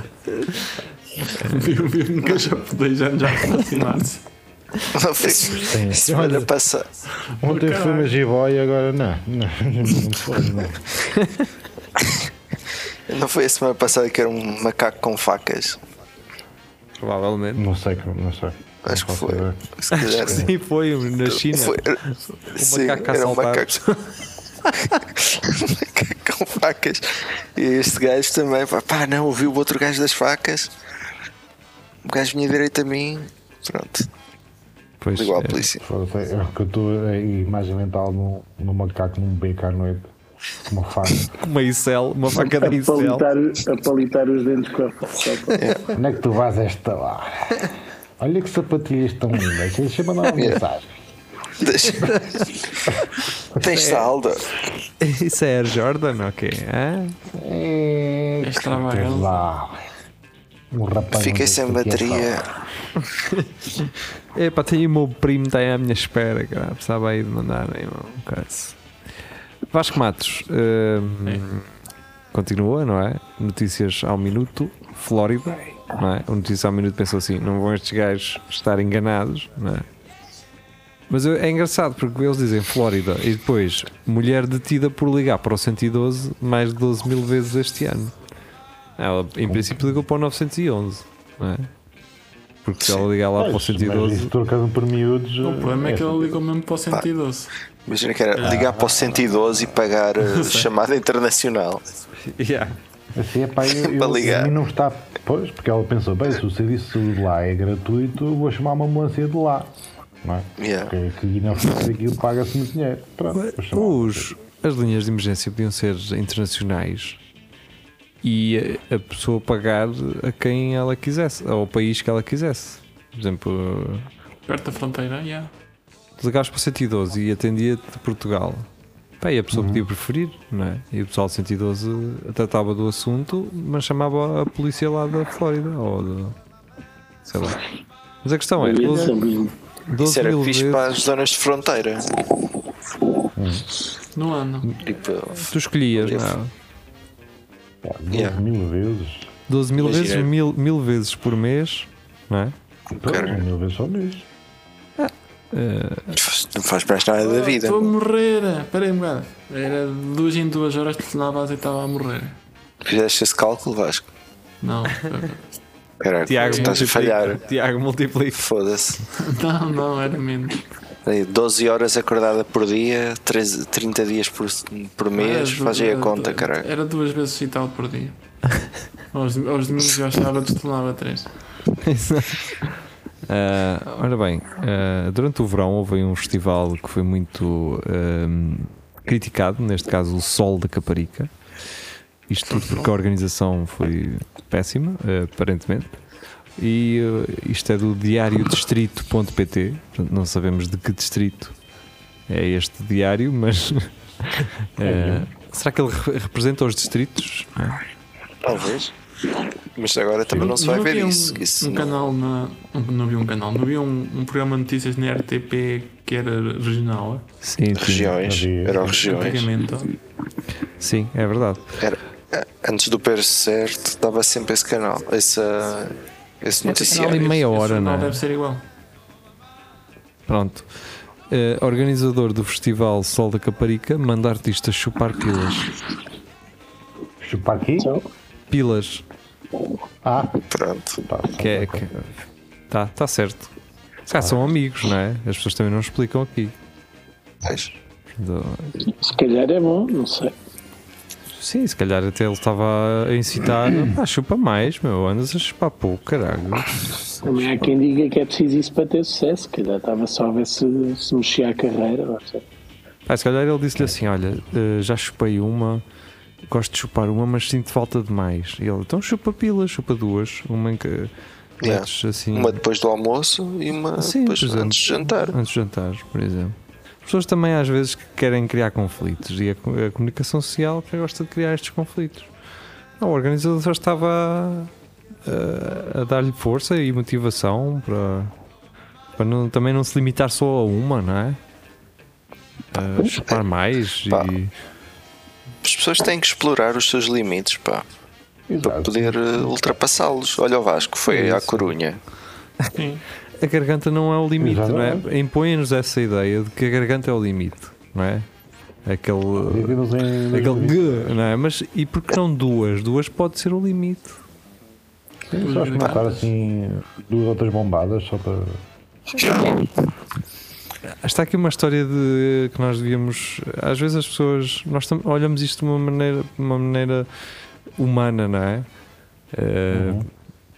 Speaker 4: Viu viu no cachorro dois anos já aproximar-se.
Speaker 5: Semana passada.
Speaker 2: Ontem foi uma jiboia, agora não. Não, não foi, não.
Speaker 5: Não foi a semana passada que era um macaco com facas?
Speaker 3: Provavelmente.
Speaker 2: Não sei, como- não sei.
Speaker 5: Acho que
Speaker 2: Não posso
Speaker 5: foi.
Speaker 2: saber.
Speaker 5: Se calhar.
Speaker 3: Sim, foi um, né, na China.
Speaker 5: Foi- eh, Sim,
Speaker 3: macaco a
Speaker 5: era um
Speaker 3: assaltar.
Speaker 5: macaco. macaco com facas. E este gajo também, pá, pá, não, ouviu o outro gajo das facas. O gajo vinha direito a mim. Pronto,
Speaker 3: Pois,
Speaker 5: ligou à
Speaker 3: eh,
Speaker 5: polícia.
Speaker 2: Foda-se, é que eu estou a imagem mental num, num macaco num beco à noite. com Uma faca.
Speaker 3: uma Icel, uma faca da
Speaker 6: A
Speaker 3: Icel.
Speaker 6: palitar, a palitar os dentes com a faca.
Speaker 2: Onde é que tu vais a esta hora? Olha que sapatilhas tão lindas. Deixa-me mandar uma mensagem.
Speaker 5: Deixa- Tens salda.
Speaker 3: Isso é Air Jordan, ok. ah? hã?
Speaker 2: É,
Speaker 4: É
Speaker 2: que
Speaker 4: extravagante.
Speaker 2: sei lá. Um rapaz.
Speaker 5: Fiquei
Speaker 2: não sei
Speaker 5: sem
Speaker 2: o que é
Speaker 5: bateria.
Speaker 3: Epá, É, tenho o meu primo está aí à minha espera, cara. Precisava aí de mandar aí um caso. Vasco Matos hum, continua, não é? Notícias ao minuto, Flórida, não é? O Notícias ao minuto pensou assim: não vão estes gajos estar enganados, não é? Mas eu- é engraçado porque eles dizem Flórida e depois mulher detida por ligar para o 112 mais de 12 mil vezes este ano. Ela, em princípio, ligou para o 911, não é? Porque se ela ligar lá para o
Speaker 2: Pois, mas
Speaker 3: 112,
Speaker 2: isso trocado por miúdos. assim.
Speaker 4: O problema é que ele ligou mesmo para o
Speaker 5: Pá.
Speaker 4: 112.
Speaker 5: Imagina que
Speaker 2: Ah,
Speaker 5: era ligar para o 112 e pagar eh, chamada internacional.
Speaker 3: Yeah.
Speaker 2: Assim, é pá, eu,
Speaker 5: Para
Speaker 2: eu,
Speaker 5: ligar.
Speaker 2: a mim não está. Pois, porque ela pensou, bem, se o serviço de lá é gratuito, eu vou chamar uma ambulância de lá. Não é?
Speaker 5: Yeah.
Speaker 2: Porque aqui na França aquilo paga-se muito dinheiro. Pronto, vou chamar.
Speaker 3: Os, as linhas de emergência podiam ser internacionais e a, a pessoa pagar a quem ela quisesse, ao país que ela quisesse. Por exemplo,
Speaker 4: Perto da fronteira, yeah.
Speaker 3: tu ligavas para o 112 e atendia-te de Portugal. Pá, e a
Speaker 5: Uhum.
Speaker 3: pessoa podia preferir, não é? E o pessoal do 112 tratava do assunto, mas chamava a polícia lá da Flórida ou do, sei lá. Mas a questão é, 12,
Speaker 6: Isso
Speaker 3: 12
Speaker 5: Isso era
Speaker 3: mil
Speaker 5: fixe
Speaker 3: vezes
Speaker 5: para as zonas de fronteira.
Speaker 4: No ano.
Speaker 5: Tipo,
Speaker 3: tu escolhias, não é?
Speaker 2: Pá, duas
Speaker 5: Yeah.
Speaker 2: mil vezes.
Speaker 3: 12 mil
Speaker 5: Imagina.
Speaker 3: vezes, mil, mil vezes por mês, não é?
Speaker 2: Pois, mil vezes ao mês.
Speaker 5: não faz mais nada da vida.
Speaker 4: Estou a morrer. Espera aí um bocado. Era de duas em duas horas telefonava e estava a morrer.
Speaker 5: Fizeste esse cálculo, Vasco?
Speaker 4: Não,
Speaker 5: Caralho,
Speaker 3: Tiago
Speaker 5: estás a falhar.
Speaker 3: multiplica. Tiago multiplica.
Speaker 5: Foda-se.
Speaker 4: não, não, era menos.
Speaker 5: Aí, 12 horas acordada por dia, 13 30 dias por, por mês,
Speaker 4: Era du-
Speaker 5: faz aí a
Speaker 4: era-
Speaker 5: conta, caralho.
Speaker 4: Era duas vezes e tal por dia. aos, aos domingos e aos sábados telefonava três.
Speaker 3: Ah, ora bem, ah, durante o verão houve aí um festival que foi muito ahm, criticado, neste caso o Sol da Caparica. Isto tudo porque a organização foi péssima, ah, aparentemente. E ah, isto é do diariodistrito.pt, portanto, não sabemos de que distrito é este diário, mas. É, ah, será que ele re- representa os distritos?
Speaker 5: Talvez. Mas agora também não se vai
Speaker 4: não
Speaker 5: ver
Speaker 4: havia um,
Speaker 5: isso. isso
Speaker 4: um
Speaker 5: não-
Speaker 4: canal na. um- não havia um canal, não havia um, um programa de notícias na RTP que era regional, é?
Speaker 3: Sim, sim.
Speaker 5: Regiões.
Speaker 2: havia-
Speaker 5: Eram regiões.
Speaker 4: antigamente. ó.
Speaker 3: Sim, é verdade.
Speaker 5: Era- Ah, antes do Pedro certo, dava sempre esse canal. Essa, esse
Speaker 3: canal
Speaker 5: noticiário.
Speaker 3: e meia
Speaker 4: Esse
Speaker 3: hora,
Speaker 4: jornal
Speaker 3: não é?
Speaker 4: Deve ser igual.
Speaker 3: Pronto. Eh, organizador do festival Sol da Caparica manda artistas chupar pilas.
Speaker 2: Chupar aqui?
Speaker 3: Pilas.
Speaker 2: Ah,
Speaker 5: Pronto.
Speaker 2: tá.
Speaker 3: Que é. Que... Tá, tá certo. Se calhar são amigos, não é? As pessoas também não explicam aqui.
Speaker 5: Pois.
Speaker 3: Do-
Speaker 6: Se calhar é bom, não sei.
Speaker 3: Sim, se calhar até ele estava a incitar. Ah, chupa mais, meu. Andas a chupar pouco, caralho.
Speaker 6: Também há quem diga que é preciso isso para ter sucesso. Se calhar estava só a ver se, se mexia a carreira. Não sei.
Speaker 3: Ah, se calhar ele disse-lhe assim: Olha, eh, já chupei uma, gosto de chupar uma, mas sinto falta de mais. E ele, então chupa pilas, chupa duas, uma em que
Speaker 5: Yeah.
Speaker 3: metes assim.
Speaker 5: Uma depois do almoço e uma
Speaker 3: Sim, é.
Speaker 5: depois
Speaker 3: por exemplo.
Speaker 5: Ah, antes de jantar.
Speaker 3: Antes de jantar, por exemplo. As pessoas também às vezes que querem criar conflitos e a, co- a comunicação social que gosta de criar estes conflitos. Não, o organizador só estava a, a- a dar-lhe força e motivação para, para não- também não se limitar só a uma, não é? A chupar mais
Speaker 5: Ah, Pá.
Speaker 3: e.
Speaker 5: As pessoas têm que explorar os seus limites pá, para
Speaker 2: Exato.
Speaker 5: poder eh, ultrapassá-los. Olha o Vasco, foi
Speaker 3: É
Speaker 5: à
Speaker 3: isso.
Speaker 5: Corunha.
Speaker 3: a garganta não é o limite, não é?
Speaker 2: Exatamente.
Speaker 3: Impõe-nos essa ideia de que a garganta é o limite, não é? Aquele.
Speaker 2: Vivemos em.
Speaker 3: Aquele. "Gh", Não é? Mas e por que não duas? Duas pode ser o limite.
Speaker 2: Sim, Só experimentar assim duas ou três bombadas só para.
Speaker 3: Está aqui uma história de que nós devíamos. Às vezes as pessoas. Nós tam- olhamos isto de uma maneira, uma maneira humana, não é? Eh,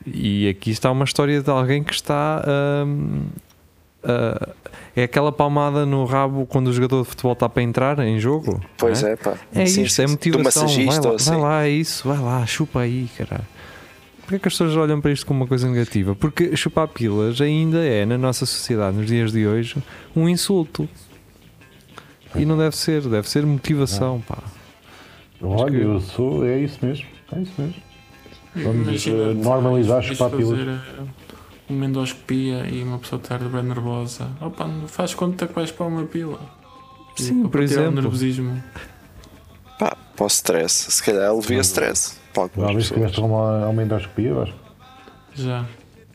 Speaker 3: E aqui está uma história de alguém que está. hum, a- é aquela palmada no rabo quando o jogador de futebol está para entrar em jogo.
Speaker 5: Pois
Speaker 3: não
Speaker 5: é, pá.
Speaker 3: É
Speaker 5: Sim,
Speaker 3: isso,
Speaker 5: sim,
Speaker 3: é
Speaker 5: sim. Do
Speaker 3: motivação. Vai
Speaker 5: massagista
Speaker 3: lá,
Speaker 5: ou assim.
Speaker 3: vai lá, é isso, vai lá, chupa aí, caralho. Porquê que as pessoas olham para isto como uma coisa negativa? Porque chupar pilas ainda é, na nossa sociedade, nos dias de hoje, um insulto. E não deve ser, deve ser motivação, pá.
Speaker 2: Olha, eu sou. É isso mesmo. É isso mesmo. Vamos
Speaker 4: Imagina,
Speaker 2: eh, normalizar
Speaker 4: tens de
Speaker 2: chupar pilas.
Speaker 4: fazer, eh, Uma endoscopia e uma pessoa estar bem nervosa. Opa, faz conta que vais para uma pila. E
Speaker 3: Sim,
Speaker 4: para
Speaker 3: por
Speaker 4: tirar o
Speaker 3: exemplo.
Speaker 4: nervosismo.
Speaker 5: Pá, para o stress. Se calhar alivia stress. Para algumas
Speaker 2: Uma vez é que
Speaker 5: pessoas.
Speaker 2: tiveste uma, uma endoscopia, eu acho.
Speaker 4: Já.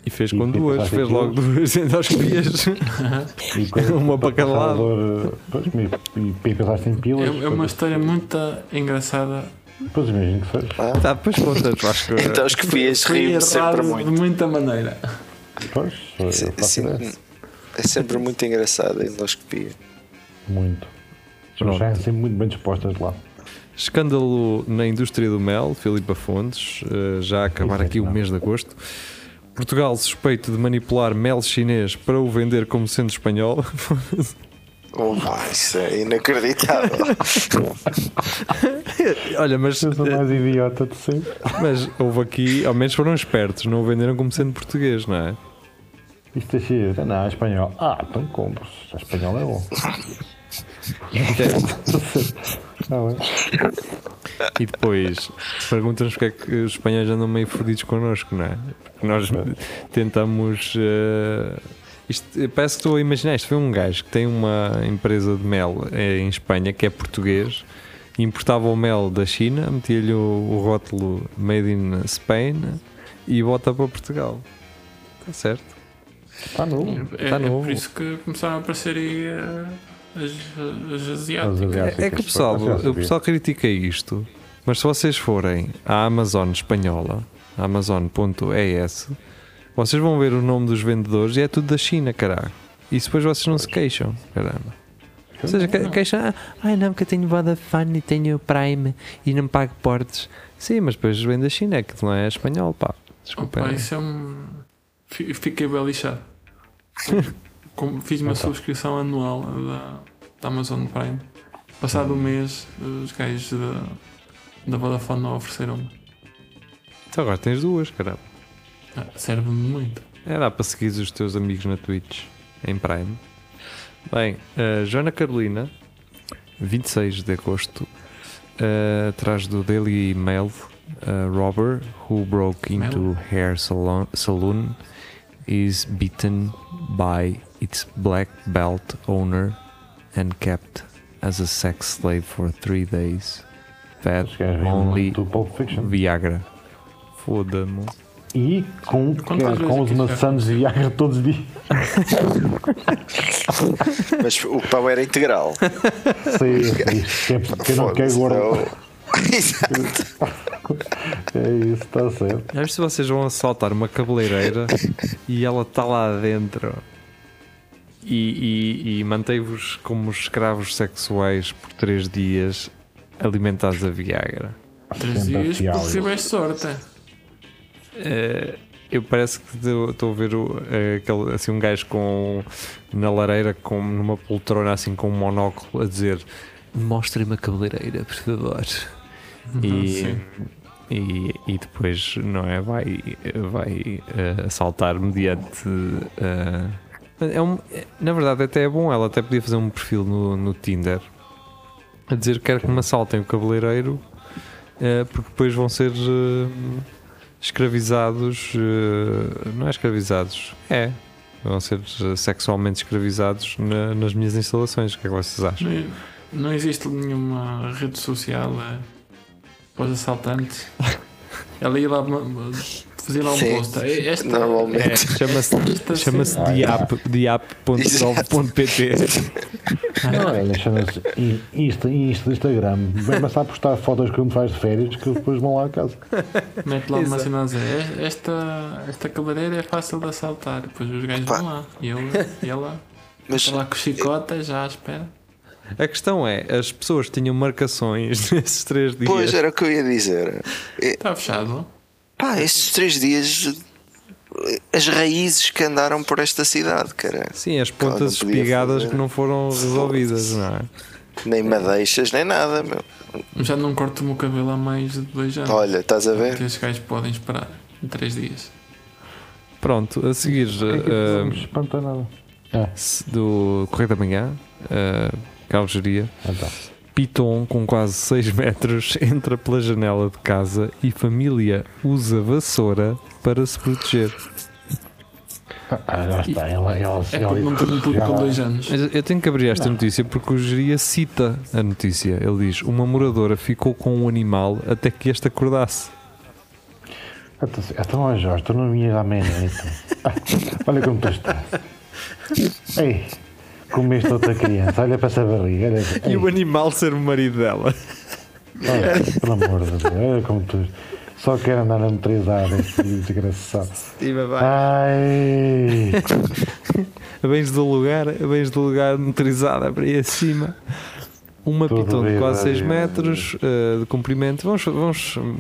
Speaker 3: E fez
Speaker 2: E
Speaker 3: com
Speaker 2: que
Speaker 3: duas,
Speaker 2: pensaste
Speaker 3: fez
Speaker 2: aquilo?
Speaker 3: logo duas endoscopias.
Speaker 2: E quando-
Speaker 3: Uma para cada
Speaker 2: passar a
Speaker 3: lado.
Speaker 2: dor, eh, Pois, e, e pensaste em
Speaker 4: É,
Speaker 2: pilas.
Speaker 4: é uma história muito eh, engraçada.
Speaker 2: Pois imagino que seja.
Speaker 3: tá, depois contas, Vasco.
Speaker 5: Então as copias
Speaker 4: Foi
Speaker 5: riem sempre
Speaker 4: errado
Speaker 5: muito.
Speaker 4: de muita maneira.
Speaker 2: Pois, eu
Speaker 5: Sim,
Speaker 2: faço
Speaker 5: sim.
Speaker 2: ideia.
Speaker 5: É sempre muito engraçado a endoscopia.
Speaker 2: Muito.
Speaker 3: Pronto.
Speaker 2: Mas já é sempre muito bem dispostas lá.
Speaker 3: Escândalo na indústria do mel, Filipe Fontes, eh, já a acabar aqui o mês de agosto. Portugal suspeito de manipular mel chinês para o vender como sendo espanhol.
Speaker 5: Oh, pá, isso é inacreditável.
Speaker 3: Olha, mas,
Speaker 2: Eu sou mais idiota de sempre.
Speaker 3: mas houve aqui, ao menos foram espertos, não o venderam como sendo português, não é?
Speaker 2: Isto é chinês. Não, é espanhol. Ah, então compras. É espanhol é bom. Não, é?
Speaker 3: E depois perguntam-nos porque é que os espanhóis andam meio fodidos connosco, não é? Porque nós tentamos. eh, isto- parece que estou a imaginar. Isto foi um gajo que tem uma empresa de mel eh, em Espanha que é português, importava o mel da China, metia-lhe o, o rótulo Made in Spain e bota para Portugal. Está certo?
Speaker 2: Está novo.
Speaker 4: É,
Speaker 3: Tá
Speaker 4: é
Speaker 3: novo.
Speaker 4: por isso que começaram a aparecer aí eh, as, as
Speaker 2: Mas
Speaker 4: asiáticas.
Speaker 2: aliás,
Speaker 3: É, que o pessoal,
Speaker 2: já sabia.
Speaker 3: o pessoal critica isto, mas se vocês forem à Amazon espanhola, amazon.es, vocês vão ver o nome dos vendedores e é tudo da China, caralho. E depois vocês não se queixam, caramba. Ou seja, que- queixam, "Ah, ai não, que eu tenho Vodafone e tenho Prime e não pago portes. Sim, mas depois vem da China, é que não é espanhol, pá. Desculpem.
Speaker 4: Opa, isso é um. fi- Fiquei bem lixado. Como fiz
Speaker 3: Então.
Speaker 4: uma subscrição anual da, da Amazon Prime. Passado um
Speaker 3: Hum.
Speaker 4: mês, os gajos da, da Vodafone não ofereceram me
Speaker 3: Então agora tens duas, caramba.
Speaker 4: Ah, Serve-me muito.
Speaker 3: É, dá para seguir os teus amigos na Twitch, em Prime. Bem, a Joana Carolina, 26 de agosto, eh, atrás do Daily Mail, a robber who broke into
Speaker 4: Mel?
Speaker 3: hair salon, saloon is beaten by its black belt owner and kept as a sex slave for three days. Fed
Speaker 2: Os gajos vêm
Speaker 3: only
Speaker 2: é muito Pulp Fiction.
Speaker 3: Viagra. Foda-me.
Speaker 2: E com,
Speaker 4: Quantas
Speaker 2: que-
Speaker 4: vezes
Speaker 2: com
Speaker 4: é
Speaker 2: os
Speaker 4: que isso
Speaker 2: maçãs de Viagra todos os dias.
Speaker 5: Mas o pão era integral.
Speaker 2: Sei, sei, que é- que eu não quero
Speaker 5: Foda-se,
Speaker 2: guardar.
Speaker 5: não. Exato.
Speaker 2: É isso, está certo.
Speaker 3: Já viste se vocês vão assaltar uma cabeleireira e ela está lá dentro e, e, e mantém-vos como escravos sexuais por três dias alimentados a Viagra.
Speaker 4: Três dias porque tiveste sorte. é.
Speaker 3: Eh, eu parece que deu- estou a ver o- eh, aquele, assim, um gajo com na lareira, com, numa poltrona assim com um monóculo a dizer mostrem-me a cabeleireira, por favor. E,
Speaker 4: Sim.
Speaker 3: e, e depois não é vai vai eh, assaltar mediante eh, é um- é- na verdade até é bom ela até podia fazer um perfil no, no Tinder a dizer que quero que me assaltem o cabeleireiro eh, porque depois vão ser eh, escravizados eh, não é escravizados é vão ser eh, sexualmente escravizados na- nas minhas instalações o que é que vocês acham
Speaker 4: Não, não existe nenhuma rede social eh, para os assaltantes. Ela ia lá ma- fazia lá um
Speaker 5: Sim.
Speaker 4: post. "Eh, Esta,
Speaker 6: É.
Speaker 5: Normalmente.
Speaker 3: chama-se
Speaker 4: esta
Speaker 3: chama-se
Speaker 4: cena-
Speaker 3: diap diap.gov.pt
Speaker 2: Não, é nas cenas in- Insta, Insta, Instagram. Vai começar a postar fotos que me faz de férias que depois vão lá a casa.
Speaker 4: Mete lá uma cena a dizer, "Es- esta, esta cabeleireira é fácil de assaltar. Depois os gajos
Speaker 5: Pá.
Speaker 4: vão lá. E eu- e ela,
Speaker 5: Mas
Speaker 4: ela com chicotas já à espera.
Speaker 3: A questão é, as pessoas tinham marcações nesses três dias.
Speaker 5: pois é. era o que eu ia dizer.
Speaker 4: Está Tá fechado.
Speaker 5: Pá, estes três dias as raízes que andaram por esta cidade, cara.
Speaker 3: Sim, as
Speaker 5: Claro,
Speaker 3: pontas
Speaker 5: não podia
Speaker 3: espigadas
Speaker 5: fazer.
Speaker 3: que não foram resolvidas, não é?
Speaker 5: Nem madeixas, nem nada, meu.
Speaker 4: Já não corto-me o cabelo há mais de dois anos.
Speaker 5: Olha, estás a ver?
Speaker 4: Porque Esses gajos podem esperar em três dias.
Speaker 3: Pronto, a seguir
Speaker 2: Não
Speaker 3: ah,
Speaker 2: me espanta nada.
Speaker 3: se- do Correio da Manhã, ah, Carlos Geria,
Speaker 2: Então,
Speaker 3: Piton com quase 6 metros entra pela janela de casa e família usa vassoura para se proteger.
Speaker 2: ah, já está. Ela, ela,
Speaker 4: É
Speaker 2: ela,
Speaker 4: porque não tenho tudo
Speaker 2: já-
Speaker 4: com dois anos.
Speaker 3: Mas eu tenho que abrir esta notícia porque o Geria cita a notícia. Ele diz: Uma moradora ficou com um animal até que este acordasse.
Speaker 2: Então, se- Então, ó Jorge, tu não vinhas à meia-noite. Ah, Olha como tu estás. Ei, comeste outra criança. Olha para essa barriga. Olha, ei,
Speaker 3: E o animal ser o marido dela.
Speaker 2: olha, pelo amor de Deus, olha como tu. Só quero andar a metrizar este desgraçado. Ai,
Speaker 3: A bens do lugar, a bens do lugar motorizada para aí acima. Uma
Speaker 2: Tudo
Speaker 3: piton de
Speaker 2: bem,
Speaker 3: quase 6
Speaker 2: bem.
Speaker 3: metros eh, de comprimento. Vamos, vamos hum,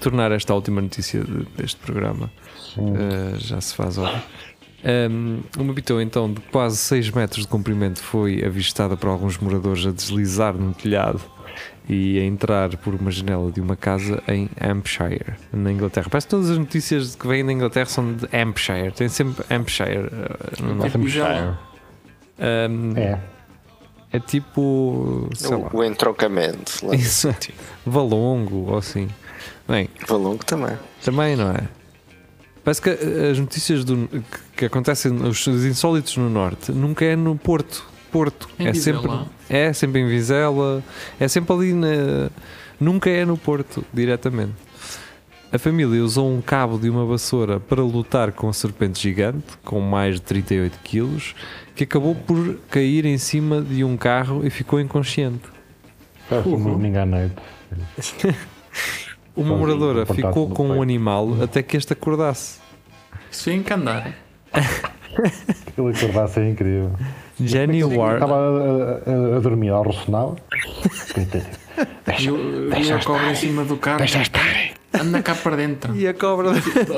Speaker 3: tornar esta a última notícia de- deste programa. Eh, já se faz hora. Um, uma piton então de quase 6 metros de comprimento foi avistada por alguns moradores a deslizar no telhado e a entrar por uma janela de uma casa em Hampshire, na Inglaterra. Parece que todas as notícias que vêm da Inglaterra são de Hampshire, tem sempre Hampshire. eh, no nome.
Speaker 4: Tipo, já-
Speaker 3: Um,
Speaker 2: é.
Speaker 3: é tipo. sei lá.
Speaker 5: O, o entrocamento lá.
Speaker 3: Isso. Valongo ou assim. Bem,
Speaker 5: Valongo também.
Speaker 3: também não é? Parece que eh, as notícias do- que, que acontecem, os os insólitos no Norte, nunca é no Porto. Porto.
Speaker 4: Em
Speaker 3: é,
Speaker 4: Vizela.
Speaker 3: sempre, é sempre em Vizela, é sempre ali na. Nunca é no Porto, diretamente. A família usou um cabo de uma vassoura para lutar com a serpente gigante, com mais de 38 quilos, que acabou por cair em cima de um carro e ficou inconsciente.
Speaker 2: Parece um domingo à noite.
Speaker 3: Uma
Speaker 2: Sozinho,
Speaker 3: moradora
Speaker 2: com o
Speaker 3: ficou
Speaker 2: contato
Speaker 3: com
Speaker 2: no
Speaker 3: um
Speaker 2: peito.
Speaker 3: animal até que este acordasse.
Speaker 4: Isso é em Candar.
Speaker 2: Aquilo acordasse é incrível.
Speaker 3: Jenny Ward.
Speaker 2: Estava a, a- a dormir, ela ressonava.
Speaker 4: E eu, e eu cobro em cima do carro.
Speaker 2: tá,
Speaker 4: Anda cá para dentro.
Speaker 3: E a cobra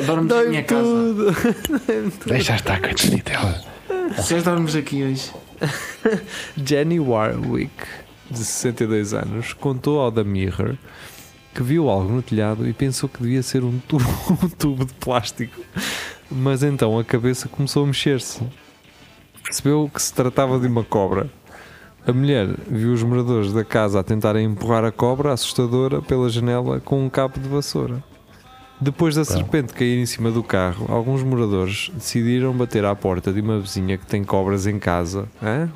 Speaker 4: Dormes na
Speaker 3: dói
Speaker 4: minha casa.
Speaker 3: tudo.
Speaker 2: Deixa estar, coitadinha dela.
Speaker 4: Vocês dormes aqui hoje.
Speaker 3: Jenny Warwick, de 62 anos, contou ao The Mirror que viu algo no telhado e pensou que devia ser um tubo, um tubo de plástico. Mas então a cabeça começou a mexer-se. Percebeu que se tratava de uma cobra. A mulher viu os moradores da casa a tentarem empurrar a cobra assustadora pela janela com um cabo de vassoura. Depois da serpente cair em cima do carro, alguns moradores decidiram bater à porta de uma vizinha que tem cobras em casa hã?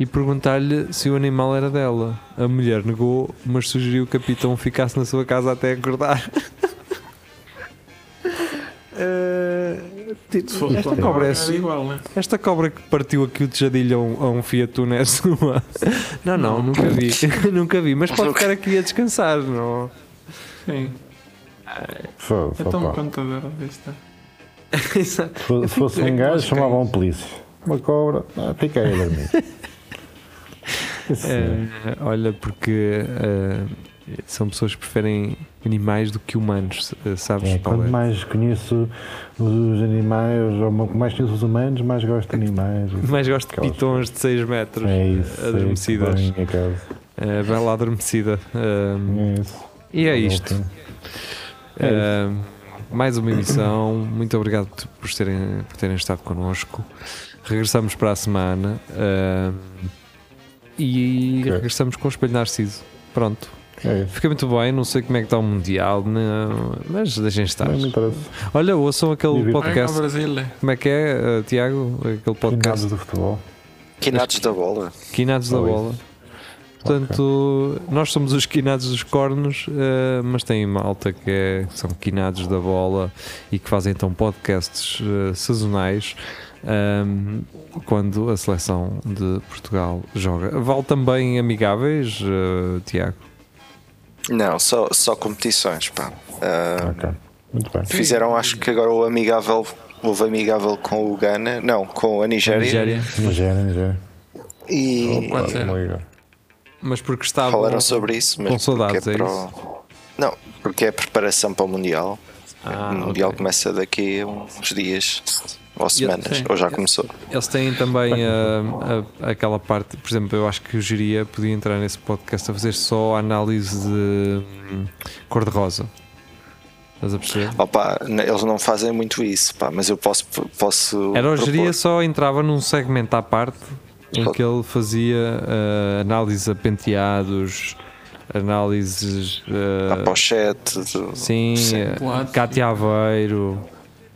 Speaker 3: e perguntar-lhe se o animal era dela. A mulher negou, mas sugeriu que o capitão ficasse na sua casa até acordar. Eh, tipo,
Speaker 4: Se fosse
Speaker 3: esta
Speaker 4: plantar,
Speaker 3: cobra é
Speaker 4: era igual, né?
Speaker 3: esta cobra que partiu aqui o tejadilho a um, a um Fiat Uno é sua? Não, não, nunca vi. nunca vi, mas pode ficar aqui a descansar, não?
Speaker 4: Sim.
Speaker 2: Só,
Speaker 4: É
Speaker 2: só
Speaker 4: tão
Speaker 2: pá.
Speaker 4: contadora desta.
Speaker 3: Exato.
Speaker 2: Se fo- Se fosse um gajo, chamavam um polícia. Uma cobra, ah, fica aí a dormir. Isso é.
Speaker 3: Eh, olha, porque eh, são pessoas que preferem animais do que humanos, eh, sabes?
Speaker 2: É,
Speaker 3: Paulo?
Speaker 2: quanto mais conheço os animais, ou mo- mais conheço os humanos, mais gosto de animais.
Speaker 3: Mais gosto de
Speaker 2: Aquelas-
Speaker 3: pitons de 6 metros eh,
Speaker 2: É isso. é isso que dá
Speaker 3: adormecidas.
Speaker 2: em minha casa.
Speaker 3: Eh, bela adormecida. Eh,
Speaker 2: É isso.
Speaker 3: e é isto.
Speaker 2: É
Speaker 3: Ah, mais uma emissão. Muito obrigado por terem, por terem estado connosco. Regressamos para a semana ah, e
Speaker 2: Ok.
Speaker 3: regressamos com o Espelho Narciso. Pronto,
Speaker 2: É isso.
Speaker 3: fica muito bem. Não sei como é que está o Mundial, não, mas deixem estar.
Speaker 2: Não me interessa.
Speaker 3: Olha, ouçam aquele
Speaker 2: Divirtam-se.
Speaker 4: Vai ao
Speaker 3: podcast.
Speaker 4: Brasil, né?
Speaker 3: Como é que é, ah, Tiago? Aquele podcast
Speaker 2: Nada do futebol.
Speaker 5: Quinados da bola.
Speaker 3: Quinados da
Speaker 2: Oh, isso.
Speaker 3: Bola. Portanto, nós somos os quinados dos cornos, eh, mas tem malta que, é- que são quinados da bola e que fazem então podcasts eh, sazonais ahm, quando a seleção de Portugal joga. Vale também amigáveis, eh, Tiago?
Speaker 5: Não, só, só competições, pá. Ah,
Speaker 2: Ok. Muito bem.
Speaker 5: fizeram, acho que agora o amigável. Houve amigável com o Ghana, não, com a Nigéria.
Speaker 2: Nigéria, Nigéria.
Speaker 5: E
Speaker 4: Pode ser.
Speaker 2: Vamos ligar.
Speaker 3: Mas porque estavam.
Speaker 5: falaram sobre isso, mas
Speaker 3: com saudades,
Speaker 5: porque
Speaker 3: é
Speaker 5: é para o- Não, porque é preparação para o Mundial.
Speaker 3: Ah,
Speaker 5: o Mundial
Speaker 3: ok.
Speaker 5: começa daqui a uns dias ou semanas,
Speaker 4: sim.
Speaker 5: ou já começou.
Speaker 3: Eles têm também ah, a- aquela parte, por exemplo, eu acho que o Geria podia entrar nesse podcast a fazer só a análise de hum, cor-de-rosa. Estás a perceber?
Speaker 5: Opa, n- eles não fazem muito isso, pá, mas eu posso. posso
Speaker 3: Era o Geria
Speaker 5: propor.
Speaker 3: só entrava num segmento à parte em
Speaker 5: Pode.
Speaker 3: que ele fazia ah, análise a penteados, análises. ah,
Speaker 5: a pochete. do-
Speaker 3: Sim, ah,
Speaker 4: Boatos.
Speaker 3: Cátia Aveiro.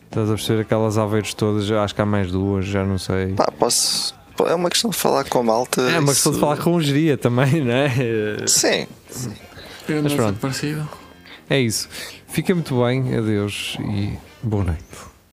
Speaker 3: Estás a perceber aquelas aveiros todas? Eu Acho que há mais duas, já não sei.
Speaker 5: Pá, posso. pô, É uma questão de falar com a malta.
Speaker 3: É uma questão de
Speaker 5: isso-
Speaker 3: falar com o Geria também, não é?
Speaker 5: Sim,
Speaker 3: Mas
Speaker 4: Eu não sou
Speaker 3: pronto.
Speaker 4: parecido.
Speaker 3: É isso. Fica muito bem, adeus e boa noite.